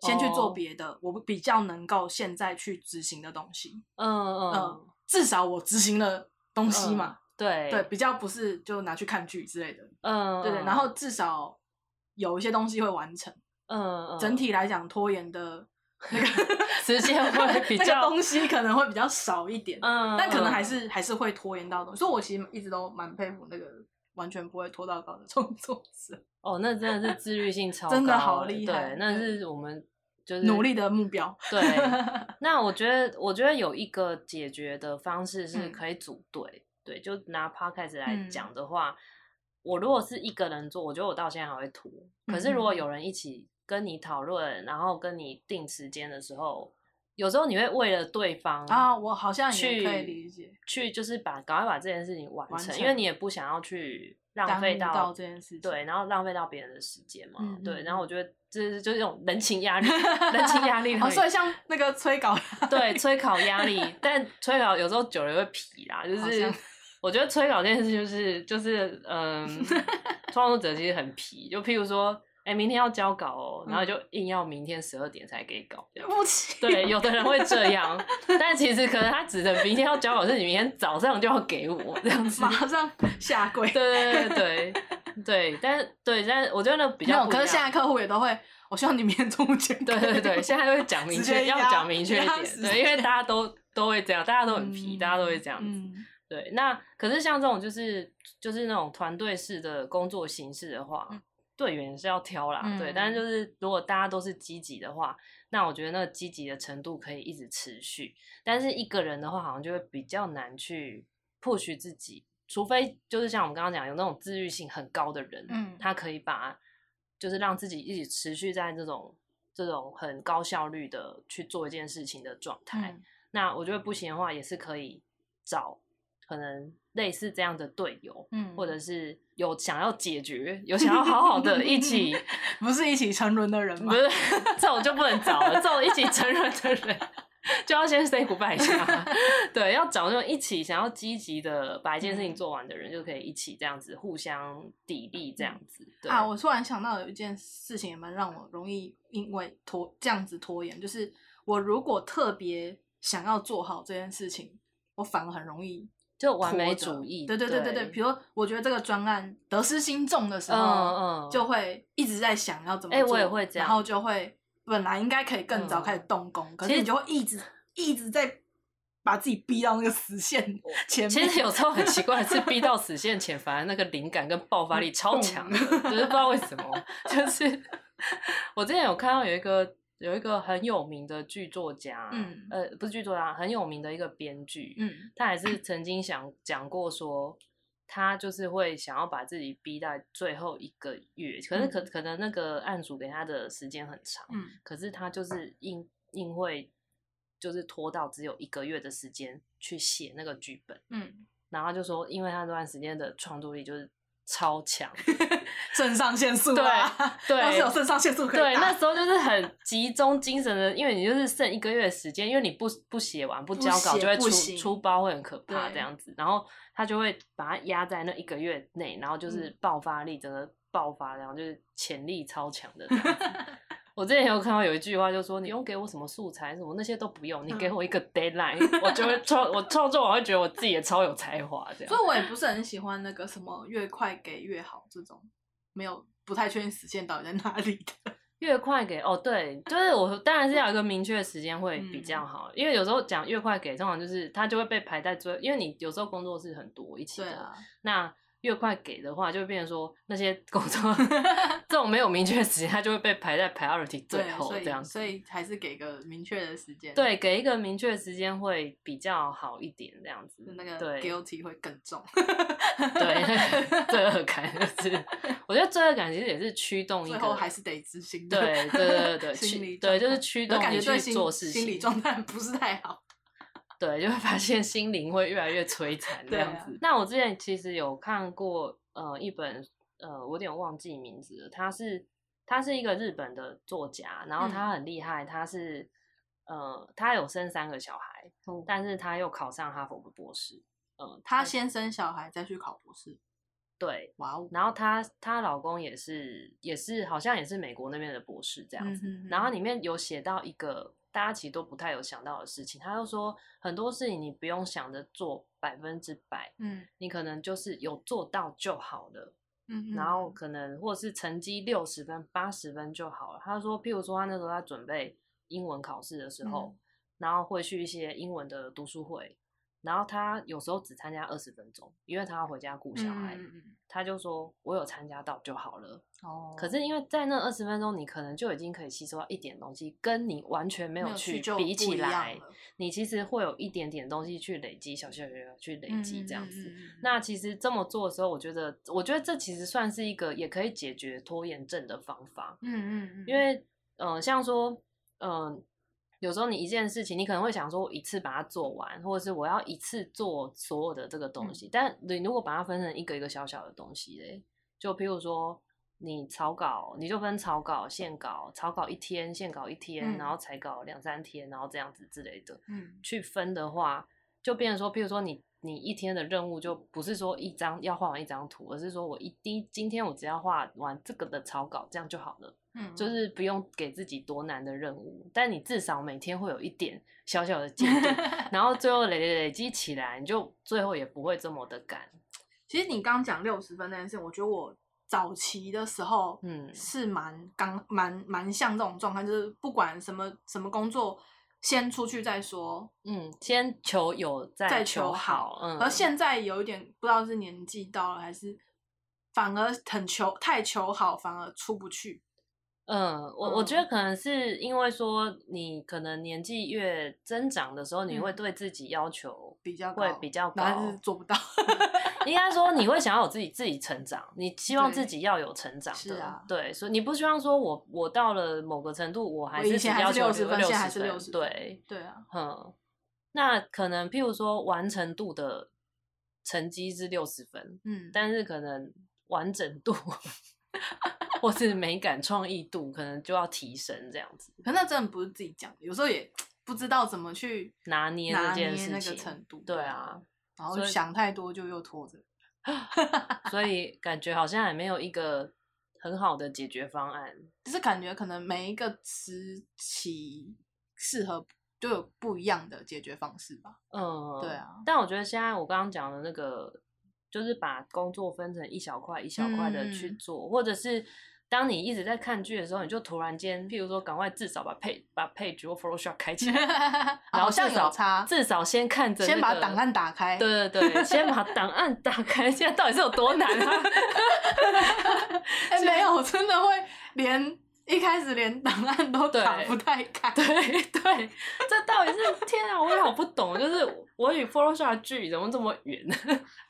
[SPEAKER 2] 先去做
[SPEAKER 1] 哦
[SPEAKER 2] 别的，我比较能够现在去执行的东西。
[SPEAKER 1] 嗯嗯，
[SPEAKER 2] 嗯，至少我执行了东西嘛，
[SPEAKER 1] 对
[SPEAKER 2] 对，，比较不是就拿去看剧之类的，
[SPEAKER 1] 嗯
[SPEAKER 2] 对对。然后至少有一些东西会完成。
[SPEAKER 1] 嗯嗯，
[SPEAKER 2] 整体来讲，拖延的
[SPEAKER 1] 时间 会比
[SPEAKER 2] 那个
[SPEAKER 1] 较，
[SPEAKER 2] 东西可能会比较少一点，
[SPEAKER 1] 嗯，
[SPEAKER 2] 但可能还
[SPEAKER 1] 嗯
[SPEAKER 2] 是还是会拖延到的。所以我其实一直都蛮佩服那个完全不会拖到稿的创作者，
[SPEAKER 1] 哦，那真的是自律性超高欸，
[SPEAKER 2] 真的好厉害
[SPEAKER 1] 对，那
[SPEAKER 2] 对
[SPEAKER 1] 是我们 就是
[SPEAKER 2] 努力的目标。
[SPEAKER 1] 对，那我觉得，我觉得有一个解决的方式是
[SPEAKER 2] 嗯
[SPEAKER 1] 可以组队。对，就拿 podcast 来
[SPEAKER 2] 嗯
[SPEAKER 1] 讲的话，我如果是一个人做，我觉得我到现在还会拖。可是如果
[SPEAKER 2] 嗯
[SPEAKER 1] 有人一起跟你讨论，然后跟你定时间的时候，有时候你会为了对方
[SPEAKER 2] 啊，我好像也
[SPEAKER 1] 嗯去
[SPEAKER 2] 可以理解，
[SPEAKER 1] 去就是把赶快把这件事情完
[SPEAKER 2] 完
[SPEAKER 1] 成，因为
[SPEAKER 2] 成
[SPEAKER 1] 你也不想要去
[SPEAKER 2] 耽
[SPEAKER 1] 浪费
[SPEAKER 2] 误
[SPEAKER 1] 到
[SPEAKER 2] 到这件事情。
[SPEAKER 1] 对，然后浪费到别人的时间嘛，
[SPEAKER 2] 嗯
[SPEAKER 1] 对，
[SPEAKER 2] 嗯
[SPEAKER 1] 然后我
[SPEAKER 2] 嗯
[SPEAKER 1] 觉得这是就是这种人情压力，人情压力让
[SPEAKER 2] 哦，
[SPEAKER 1] 你
[SPEAKER 2] 所以像那个催 稿，
[SPEAKER 1] 对催考压 力，但催考有时候久了也会疲啦，就
[SPEAKER 2] 好
[SPEAKER 1] 是
[SPEAKER 2] 像
[SPEAKER 1] 我觉得催考这件事就是就是 嗯，创作者其实很疲，就譬如说，哎、明天要交稿哦，然后就
[SPEAKER 2] 嗯
[SPEAKER 1] 硬要明天十二点才给稿。这样
[SPEAKER 2] 不起，
[SPEAKER 1] 对，有的人会这样，但其实可能他指的明天要交稿是你明天早上就要给我这样子。
[SPEAKER 2] 马上下跪。
[SPEAKER 1] 对对对对对，但是对，但是我觉得那比
[SPEAKER 2] 没
[SPEAKER 1] 较
[SPEAKER 2] 有，
[SPEAKER 1] 不一
[SPEAKER 2] 可是现在
[SPEAKER 1] 样
[SPEAKER 2] 客户也都会，我希望你明天中午前
[SPEAKER 1] 对对对，现在会讲明
[SPEAKER 2] 直
[SPEAKER 1] 确，
[SPEAKER 2] 接
[SPEAKER 1] 要
[SPEAKER 2] 压
[SPEAKER 1] 讲明确一
[SPEAKER 2] 压
[SPEAKER 1] 点，
[SPEAKER 2] 时
[SPEAKER 1] 对，因为
[SPEAKER 2] 间
[SPEAKER 1] 大家都都会这样，大家都很皮，大家都会这样子。
[SPEAKER 2] 嗯
[SPEAKER 1] 对，那可是像这种就是就是那种团队式的工作形式的话，
[SPEAKER 2] 嗯
[SPEAKER 1] 队员是要挑啦，对，但是
[SPEAKER 2] 嗯
[SPEAKER 1] 就是如果大家都是积极的话，那我觉得那个积极的程度可以一直持续。但是一个人的话，好像就会比较难去 push 自己，除非就是像我们刚刚讲有那种自律性很高的人，
[SPEAKER 2] 嗯
[SPEAKER 1] 他可以把就是让自己一直持续在这种这种很高效率的去做一件事情的状态。
[SPEAKER 2] 嗯
[SPEAKER 1] 那我觉得不行的话，也是可以找可能类似这样的队友，
[SPEAKER 2] 嗯
[SPEAKER 1] 或者是有想要解决、有想要好好的一 起，
[SPEAKER 2] 不是一起沉沦的人吗
[SPEAKER 1] 不？是这种就不能找了，这种一起承认的人。就要先 say goodbye 一下，对，要找那种一起想要积极的把一件事情
[SPEAKER 2] 嗯
[SPEAKER 1] 做完的人，就可以一起这样子互相砥砺，这样子。对
[SPEAKER 2] 啊，我突然想到有一件事情也蛮让我容易因为拖这样子拖延，就是我如果特别想要做好这件事情，我反而很容易
[SPEAKER 1] 就完美
[SPEAKER 2] 拖着
[SPEAKER 1] 主义，
[SPEAKER 2] 对对对对对，比如说我觉得这个专案得失心重的时
[SPEAKER 1] 嗯
[SPEAKER 2] 候，
[SPEAKER 1] 嗯，
[SPEAKER 2] 就会一直在想要怎么
[SPEAKER 1] 哎
[SPEAKER 2] 做，
[SPEAKER 1] 我也会这样
[SPEAKER 2] 然后就会本来应该可以更早
[SPEAKER 1] 嗯
[SPEAKER 2] 开始动工，可
[SPEAKER 1] 其
[SPEAKER 2] 是
[SPEAKER 1] 实
[SPEAKER 2] 你就会一直一直在把自己逼到那个死线前面。
[SPEAKER 1] 其实有时候很奇怪，是逼到死线前，反而那个灵感跟爆发力超强的，
[SPEAKER 2] 嗯
[SPEAKER 1] 就是不知道为 什么。就是我之前有看到有一个有一个很有名的剧作家，
[SPEAKER 2] 嗯
[SPEAKER 1] 呃，不是剧作家，很有名的一个编剧，
[SPEAKER 2] 嗯
[SPEAKER 1] 他还是曾经想讲过说，他就是会想要把自己逼到最后一个月，可是可
[SPEAKER 2] 嗯
[SPEAKER 1] 可能那个案主给他的时间很长，
[SPEAKER 2] 嗯
[SPEAKER 1] 可是他就是硬硬会就是拖到只有一个月的时间去写那个剧本。
[SPEAKER 2] 嗯
[SPEAKER 1] 然后他就说，因为他那段时间的创作力就是超强。
[SPEAKER 2] 肾上腺素啊，
[SPEAKER 1] 对对
[SPEAKER 2] 要是有肾上腺素可
[SPEAKER 1] 对，
[SPEAKER 2] 以
[SPEAKER 1] 那
[SPEAKER 2] 打，
[SPEAKER 1] 时候就是很集中精神的，因为你就是剩一个月的时间，因为你不不写完不交稿
[SPEAKER 2] 写
[SPEAKER 1] 就会
[SPEAKER 2] 不
[SPEAKER 1] 出
[SPEAKER 2] 行
[SPEAKER 1] 出包，会很可怕
[SPEAKER 2] 对
[SPEAKER 1] 这样子。然后他就会把它压在那一个月内，然后
[SPEAKER 2] 嗯
[SPEAKER 1] 就是爆发力整个爆发，然后就是潜力超强的这样 子。我之前有看到有一句话，就说你用给我什么素材什么那些都不用，你给
[SPEAKER 2] 嗯
[SPEAKER 1] 我一 个 deadline，、我就会创我创作，我会觉得我自己也超有才华这样
[SPEAKER 2] 所。以我 也不是很喜欢那个什么越快给越好这种，没有不太确定时限到底在哪里的。
[SPEAKER 1] 越快给哦，对，就是我当然是要有一个明确的时间会比较
[SPEAKER 2] 嗯
[SPEAKER 1] 好，因为有时候讲越快给，通常就是它就会被排在最，因为你有时候工作是很多一起
[SPEAKER 2] 对
[SPEAKER 1] 的，
[SPEAKER 2] 啊，
[SPEAKER 1] 那越快给的话，就会变成说那些工作 这种没有明确的时间，它就会被排在 priority 最
[SPEAKER 2] 对，
[SPEAKER 1] 后
[SPEAKER 2] 所
[SPEAKER 1] 这样
[SPEAKER 2] 以
[SPEAKER 1] 子。
[SPEAKER 2] 所以还是给个明确的时间，，
[SPEAKER 1] 对，给一个明确的时间会比较好一点，这样子。
[SPEAKER 2] 那个
[SPEAKER 1] 对
[SPEAKER 2] guilty 会更 重。
[SPEAKER 1] 对，罪恶感就是， 我觉得罪恶感其实也是驱动一
[SPEAKER 2] 最
[SPEAKER 1] 个，
[SPEAKER 2] 后还是得执行的。
[SPEAKER 1] 对对对对
[SPEAKER 2] 心理
[SPEAKER 1] 驱对就是
[SPEAKER 2] 状态
[SPEAKER 1] 驱
[SPEAKER 2] 可
[SPEAKER 1] 动
[SPEAKER 2] 感
[SPEAKER 1] 你
[SPEAKER 2] 觉对
[SPEAKER 1] 去
[SPEAKER 2] 心
[SPEAKER 1] 做事
[SPEAKER 2] 心理
[SPEAKER 1] 情
[SPEAKER 2] 状态不是太好。
[SPEAKER 1] 对，就会发现心灵会越来越摧残这
[SPEAKER 2] 对
[SPEAKER 1] 样
[SPEAKER 2] 啊
[SPEAKER 1] 子。那我之前其实有看过呃一本呃，我有点忘记名字了，他是他是一个日本的作家，然后
[SPEAKER 2] 嗯
[SPEAKER 1] 他很厉害，他是呃他有生三个小孩，
[SPEAKER 2] 哦
[SPEAKER 1] 但是他又考上哈佛的博士，呃，
[SPEAKER 2] 他先生小孩再去考博士，
[SPEAKER 1] 对。
[SPEAKER 2] 哇哦，
[SPEAKER 1] 然后她她老公也是也是好像也是美国那边的博士这
[SPEAKER 2] 这
[SPEAKER 1] 样子，嗯然后里面有写到一个大家其实都不太有想到的事情，他就说很多事情你不用想着做百分之百，
[SPEAKER 2] 嗯
[SPEAKER 1] 你可能就是有做到就好了，
[SPEAKER 2] 嗯，
[SPEAKER 1] 然后可能或者是成绩六十分、八十分就好了。他说，譬如说他那时候他准备英文考试的时候，
[SPEAKER 2] 嗯
[SPEAKER 1] 然后会去一些英文的读书会，然后他有时候只参加二十分钟，因为他要回家顾小孩，
[SPEAKER 2] 嗯嗯嗯
[SPEAKER 1] 他就说我有参加到就好了。
[SPEAKER 2] 哦，
[SPEAKER 1] 可是因为在那二十分钟，你可能就已经可以吸收到一点东西，跟你完全没
[SPEAKER 2] 没
[SPEAKER 1] 有
[SPEAKER 2] 去
[SPEAKER 1] 去
[SPEAKER 2] 就
[SPEAKER 1] 比
[SPEAKER 2] 不
[SPEAKER 1] 起
[SPEAKER 2] 一样
[SPEAKER 1] 来，
[SPEAKER 2] 了
[SPEAKER 1] 你其实会有一点点东西去累积，小小小小去累积这样。
[SPEAKER 2] 嗯
[SPEAKER 1] 子。
[SPEAKER 2] 嗯嗯嗯嗯
[SPEAKER 1] 那其实这么做的时候，我觉得，我觉得这其实算是一个也可以解决拖延症的方法，
[SPEAKER 2] 嗯嗯嗯，
[SPEAKER 1] 因为呃，像说呃，有时候你一件事情，你可能会想说，我一次把它做完，或者是我要一次做所有的这个东
[SPEAKER 2] 嗯
[SPEAKER 1] 西，但你如果把它分成一个一个小小的东西嘞，就譬如说。你草稿，你就分草稿、线稿，草稿一天，线稿一天，
[SPEAKER 2] 嗯
[SPEAKER 1] 然后才稿两三天，然后这样子之类的。
[SPEAKER 2] 嗯
[SPEAKER 1] 去分的话，就变成说，譬如说你你一天的任务就不是说一张要画完一张图，而是说我一定今天我只要画完这个的草稿，这样就好了，
[SPEAKER 2] 嗯，
[SPEAKER 1] 就
[SPEAKER 2] 嗯
[SPEAKER 1] 是不用给自己多难的任务，但你至少每天会有一点小小的进度，然后最后累累累积起来，你就最后也不会这么的赶，
[SPEAKER 2] 其实你刚讲六十分那件事，我觉得我早期的时候，
[SPEAKER 1] 嗯
[SPEAKER 2] 是蛮刚蛮蛮像这种状态，就是不管什么什么工作，先出去再说，
[SPEAKER 1] 嗯，先求有
[SPEAKER 2] 再
[SPEAKER 1] 求
[SPEAKER 2] 求好
[SPEAKER 1] 嗯，
[SPEAKER 2] 而现在有一点不知道是年纪到了还是。反而很求太求好，反而出不去。
[SPEAKER 1] 嗯，我我觉得
[SPEAKER 2] 嗯
[SPEAKER 1] 可能是因为说你可能年纪越增长的时候，你会
[SPEAKER 2] 嗯
[SPEAKER 1] 对自己要求
[SPEAKER 2] 比较
[SPEAKER 1] 会
[SPEAKER 2] 高
[SPEAKER 1] 比较高
[SPEAKER 2] 然。后就是做不到。
[SPEAKER 1] 应该说你会想要有自己自己成长，你希望自
[SPEAKER 2] 对
[SPEAKER 1] 己要有成长
[SPEAKER 2] 是
[SPEAKER 1] 的，
[SPEAKER 2] 啊
[SPEAKER 1] 对，所以你不希望说我我到了某个程度，我还
[SPEAKER 2] 我
[SPEAKER 1] 是
[SPEAKER 2] 以
[SPEAKER 1] 只
[SPEAKER 2] 前还
[SPEAKER 1] 要
[SPEAKER 2] 是
[SPEAKER 1] 求
[SPEAKER 2] 60分
[SPEAKER 1] 六
[SPEAKER 2] 现在还
[SPEAKER 1] 十
[SPEAKER 2] 是
[SPEAKER 1] 分，
[SPEAKER 2] 60分
[SPEAKER 1] 对，
[SPEAKER 2] 对啊，
[SPEAKER 1] 嗯，那可能譬如说完成度的成绩是六十分，
[SPEAKER 2] 嗯，
[SPEAKER 1] 但是可能完整度或是美感创意度可能就要提升这样子。
[SPEAKER 2] 可那真的不是自己讲的，有时候也不知道怎么去
[SPEAKER 1] 拿捏这
[SPEAKER 2] 拿
[SPEAKER 1] 件
[SPEAKER 2] 捏
[SPEAKER 1] 事
[SPEAKER 2] 那个
[SPEAKER 1] 情
[SPEAKER 2] 程度。
[SPEAKER 1] 对啊，
[SPEAKER 2] 然后
[SPEAKER 1] 所以
[SPEAKER 2] 想太多就又拖着。
[SPEAKER 1] 所以感觉好像还没有一个很好的解决方案。
[SPEAKER 2] 就是感觉可能每一个时期适合就有不一样的解决方式吧。
[SPEAKER 1] 嗯，
[SPEAKER 2] 对啊。
[SPEAKER 1] 但我觉得现在我刚刚讲的那个，就是把工作分成一小块一小块的去
[SPEAKER 2] 嗯
[SPEAKER 1] 做，或者是。当你一直在看剧的时候，你就突然间，譬如说，赶快至少把配把 Page 或 Photoshop 开起 来，然后
[SPEAKER 2] 好像
[SPEAKER 1] 至少
[SPEAKER 2] 有差，
[SPEAKER 1] 至少先看着、那
[SPEAKER 2] 先把
[SPEAKER 1] 个
[SPEAKER 2] 档案打开。
[SPEAKER 1] 对对对，先把档案打开。现在到底是有多难啊？
[SPEAKER 2] 哎、没有，我真的会连一开始连档案都打
[SPEAKER 1] 对
[SPEAKER 2] 不太开。
[SPEAKER 1] 对对，这到底是天啊！我也好不懂，就是我与 Photoshop 的距离怎么这么远？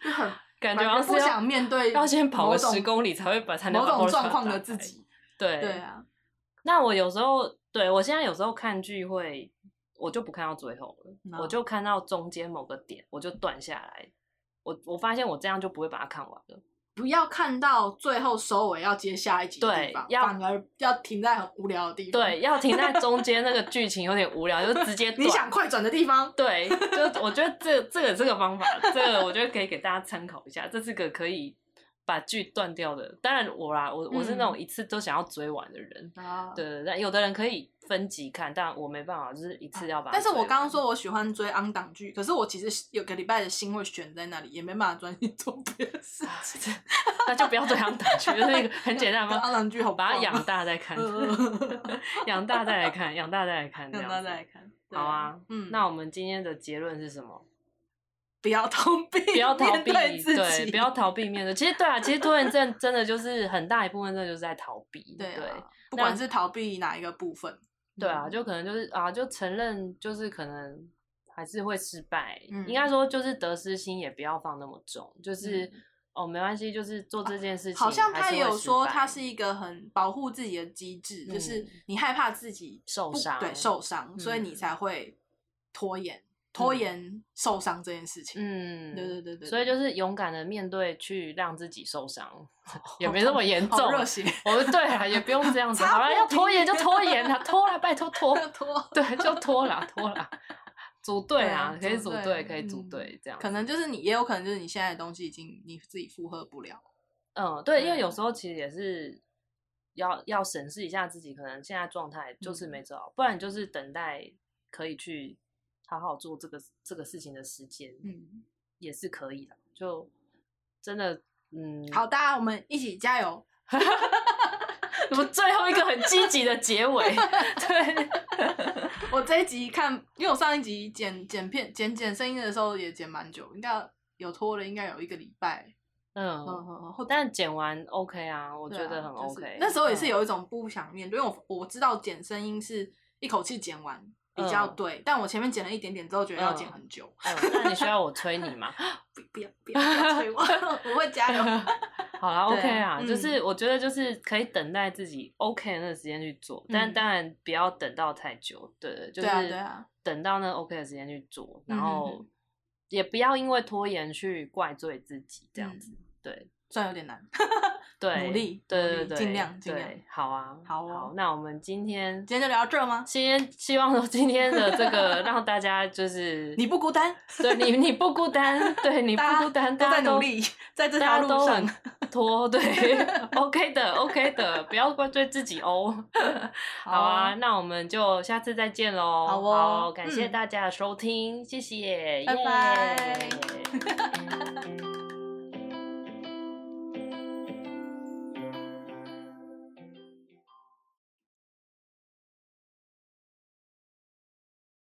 [SPEAKER 2] 就很
[SPEAKER 1] 感觉
[SPEAKER 2] 完
[SPEAKER 1] 好像
[SPEAKER 2] 全
[SPEAKER 1] 是
[SPEAKER 2] 不想面对
[SPEAKER 1] 要先跑
[SPEAKER 2] 某
[SPEAKER 1] 个
[SPEAKER 2] 种
[SPEAKER 1] 十公里才会把才能
[SPEAKER 2] 某
[SPEAKER 1] 把
[SPEAKER 2] 种
[SPEAKER 1] Photoshop
[SPEAKER 2] 状况的
[SPEAKER 1] 打
[SPEAKER 2] 自
[SPEAKER 1] 开。
[SPEAKER 2] 己。
[SPEAKER 1] 对
[SPEAKER 2] 对。啊，
[SPEAKER 1] 那我有时候，对我现在有时候看剧会，我就不看到最后了，
[SPEAKER 2] 那
[SPEAKER 1] 我就看到中间某个点，我就断下来。我我发现我这样就不会把它看完了。
[SPEAKER 2] 不要看到最后收尾要接下一集的
[SPEAKER 1] 对
[SPEAKER 2] 地方，
[SPEAKER 1] 要
[SPEAKER 2] 反而要停在很无聊的地方。
[SPEAKER 1] 对，，要停在中间那个剧情有点无聊，就直接
[SPEAKER 2] 你
[SPEAKER 1] 断
[SPEAKER 2] 想快转的地方，
[SPEAKER 1] 对，就我觉得这这个这个方法，这个我觉得可以给大家参考一下，这是个可以把剧断掉的。当然我啦，我我是那种一次都想要追完的人，
[SPEAKER 2] 嗯啊，
[SPEAKER 1] 对对对，但有的人可以分集看，但我没办法，就是一次要把它
[SPEAKER 2] 啊但是
[SPEAKER 1] 追
[SPEAKER 2] 我
[SPEAKER 1] 完
[SPEAKER 2] 刚刚，说我喜欢追昂档剧，可是我其实有个礼拜的心会悬在那里，也没办法专心做别的事
[SPEAKER 1] 啊
[SPEAKER 2] 情。
[SPEAKER 1] 这 那就不要对他们打去，就是一个很简单的
[SPEAKER 2] 跟
[SPEAKER 1] 方法，
[SPEAKER 2] 昂档剧好棒
[SPEAKER 1] 把
[SPEAKER 2] 啊，
[SPEAKER 1] 它养大再看， 养大再来看，养大再来看，这
[SPEAKER 2] 养
[SPEAKER 1] 样
[SPEAKER 2] 大
[SPEAKER 1] 子
[SPEAKER 2] 再来。看。对
[SPEAKER 1] 好啊，
[SPEAKER 2] 嗯，
[SPEAKER 1] 那我们今天的结论是什么？
[SPEAKER 2] 不要逃避，
[SPEAKER 1] 不
[SPEAKER 2] 不
[SPEAKER 1] 要逃避，
[SPEAKER 2] 自己，
[SPEAKER 1] 对，不要逃避面对。其实对啊，其实拖延症真的就是很大一部分，真的就是在逃避。
[SPEAKER 2] 对
[SPEAKER 1] 对
[SPEAKER 2] 啊，不
[SPEAKER 1] 那
[SPEAKER 2] 管是逃避哪一个部分，
[SPEAKER 1] 对啊，
[SPEAKER 2] 嗯
[SPEAKER 1] 就可能就是啊，就承认就是可能还是会失败。
[SPEAKER 2] 嗯
[SPEAKER 1] 应该说就是得失心也不要放那么重，就是、
[SPEAKER 2] 嗯
[SPEAKER 1] 哦没关系，就是做这件事情、
[SPEAKER 2] 好像他也有说，它
[SPEAKER 1] 他
[SPEAKER 2] 是一个很保护自己的机制，就是
[SPEAKER 1] 嗯
[SPEAKER 2] 你害怕自己
[SPEAKER 1] 受
[SPEAKER 2] 不
[SPEAKER 1] 伤
[SPEAKER 2] 对，受伤，所以你
[SPEAKER 1] 嗯
[SPEAKER 2] 才会拖延，拖
[SPEAKER 1] 嗯
[SPEAKER 2] 延受伤这件事情。
[SPEAKER 1] 嗯，
[SPEAKER 2] 对对对对，
[SPEAKER 1] 所以
[SPEAKER 2] 对
[SPEAKER 1] 就是勇敢的面对，去让自己受伤，也
[SPEAKER 2] 好
[SPEAKER 1] 没那
[SPEAKER 2] 痛
[SPEAKER 1] 么严重
[SPEAKER 2] 好
[SPEAKER 1] 啊。
[SPEAKER 2] 热血，
[SPEAKER 1] 我们对啊，也不用这样子。
[SPEAKER 2] 差
[SPEAKER 1] 好了，
[SPEAKER 2] 不
[SPEAKER 1] 要拖延就
[SPEAKER 2] 多
[SPEAKER 1] 拖延啦，拖啦，拜托 拖。
[SPEAKER 2] 拖。
[SPEAKER 1] 对，就拖啦，拖啦，组队
[SPEAKER 2] 对
[SPEAKER 1] 啊
[SPEAKER 2] 啊，
[SPEAKER 1] 可以组
[SPEAKER 2] 组
[SPEAKER 1] 队，
[SPEAKER 2] 队
[SPEAKER 1] 可以组
[SPEAKER 2] 嗯
[SPEAKER 1] 队，这样
[SPEAKER 2] 可
[SPEAKER 1] 子。
[SPEAKER 2] 能就是你，也有可能就是你现在的东西已经你自己负荷不了。
[SPEAKER 1] 嗯，对，因为
[SPEAKER 2] 对
[SPEAKER 1] 有时候其实也是要要审视一下自己，可能现在状态
[SPEAKER 2] 嗯
[SPEAKER 1] 就是没做好，不然就是等待可以去好好做这个这个事情的时间
[SPEAKER 2] 嗯，
[SPEAKER 1] 也是可以的。就真的，嗯，
[SPEAKER 2] 好，大家我们一起加油。
[SPEAKER 1] 我们最后一个很积极的结尾， 对。
[SPEAKER 2] 我这一集看，因为我上一集剪剪片、剪剪声音的时候也剪蛮久，应该有拖了，应该有一个礼拜。嗯
[SPEAKER 1] 嗯，
[SPEAKER 2] 嗯嗯，或
[SPEAKER 1] 但剪完 OK 啊，我
[SPEAKER 2] 我
[SPEAKER 1] 觉得很 OK、
[SPEAKER 2] 那时候也是
[SPEAKER 1] 嗯
[SPEAKER 2] 有一种不想面对，因为我我知道剪声音是一口气剪完比较
[SPEAKER 1] 嗯
[SPEAKER 2] 对，但我前面剪了一点点之后，觉得要剪
[SPEAKER 1] 嗯
[SPEAKER 2] 很久。
[SPEAKER 1] 嗯，那你需要我催你 吗？
[SPEAKER 2] 不不要不要不 要催我，我会加油。
[SPEAKER 1] 好啦 o
[SPEAKER 2] 哎对
[SPEAKER 1] k 啊，
[SPEAKER 2] 嗯
[SPEAKER 1] 就是我觉得就是可以等待自己 OK 的那个时间去做，但
[SPEAKER 2] 嗯
[SPEAKER 1] 当然不要等到太久，对，就
[SPEAKER 2] 对啊对
[SPEAKER 1] 是
[SPEAKER 2] 啊，
[SPEAKER 1] 等到那 OK 的时间去做，
[SPEAKER 2] 嗯
[SPEAKER 1] 然后
[SPEAKER 2] 嗯
[SPEAKER 1] 也不要因为拖延去怪罪自己这样
[SPEAKER 2] 嗯
[SPEAKER 1] 子，对
[SPEAKER 2] 虽然有点难。
[SPEAKER 1] 对，
[SPEAKER 2] 努力
[SPEAKER 1] 对
[SPEAKER 2] 努
[SPEAKER 1] 对
[SPEAKER 2] 力
[SPEAKER 1] 对，
[SPEAKER 2] 尽量尽
[SPEAKER 1] 对
[SPEAKER 2] 量
[SPEAKER 1] 好啊，
[SPEAKER 2] 好哦
[SPEAKER 1] 好，那我们今天
[SPEAKER 2] 今天就聊到这儿吗？
[SPEAKER 1] 今天希望说今天的这个让大家就是
[SPEAKER 2] 你不孤单，
[SPEAKER 1] 对你你不孤 单，对你不
[SPEAKER 2] 大家
[SPEAKER 1] 孤单，
[SPEAKER 2] 都
[SPEAKER 1] 大
[SPEAKER 2] 在
[SPEAKER 1] 家都
[SPEAKER 2] 努力， 在这
[SPEAKER 1] 大
[SPEAKER 2] 条
[SPEAKER 1] 家都
[SPEAKER 2] 路上
[SPEAKER 1] 很。拖， 对，OK 的，OK 的，不要怪罪自己哦。好啊，，那我们就下次再见喽。
[SPEAKER 2] 好哦
[SPEAKER 1] 感谢
[SPEAKER 2] 嗯
[SPEAKER 1] 大家的收听，谢谢，
[SPEAKER 2] 拜
[SPEAKER 1] 耶
[SPEAKER 2] 拜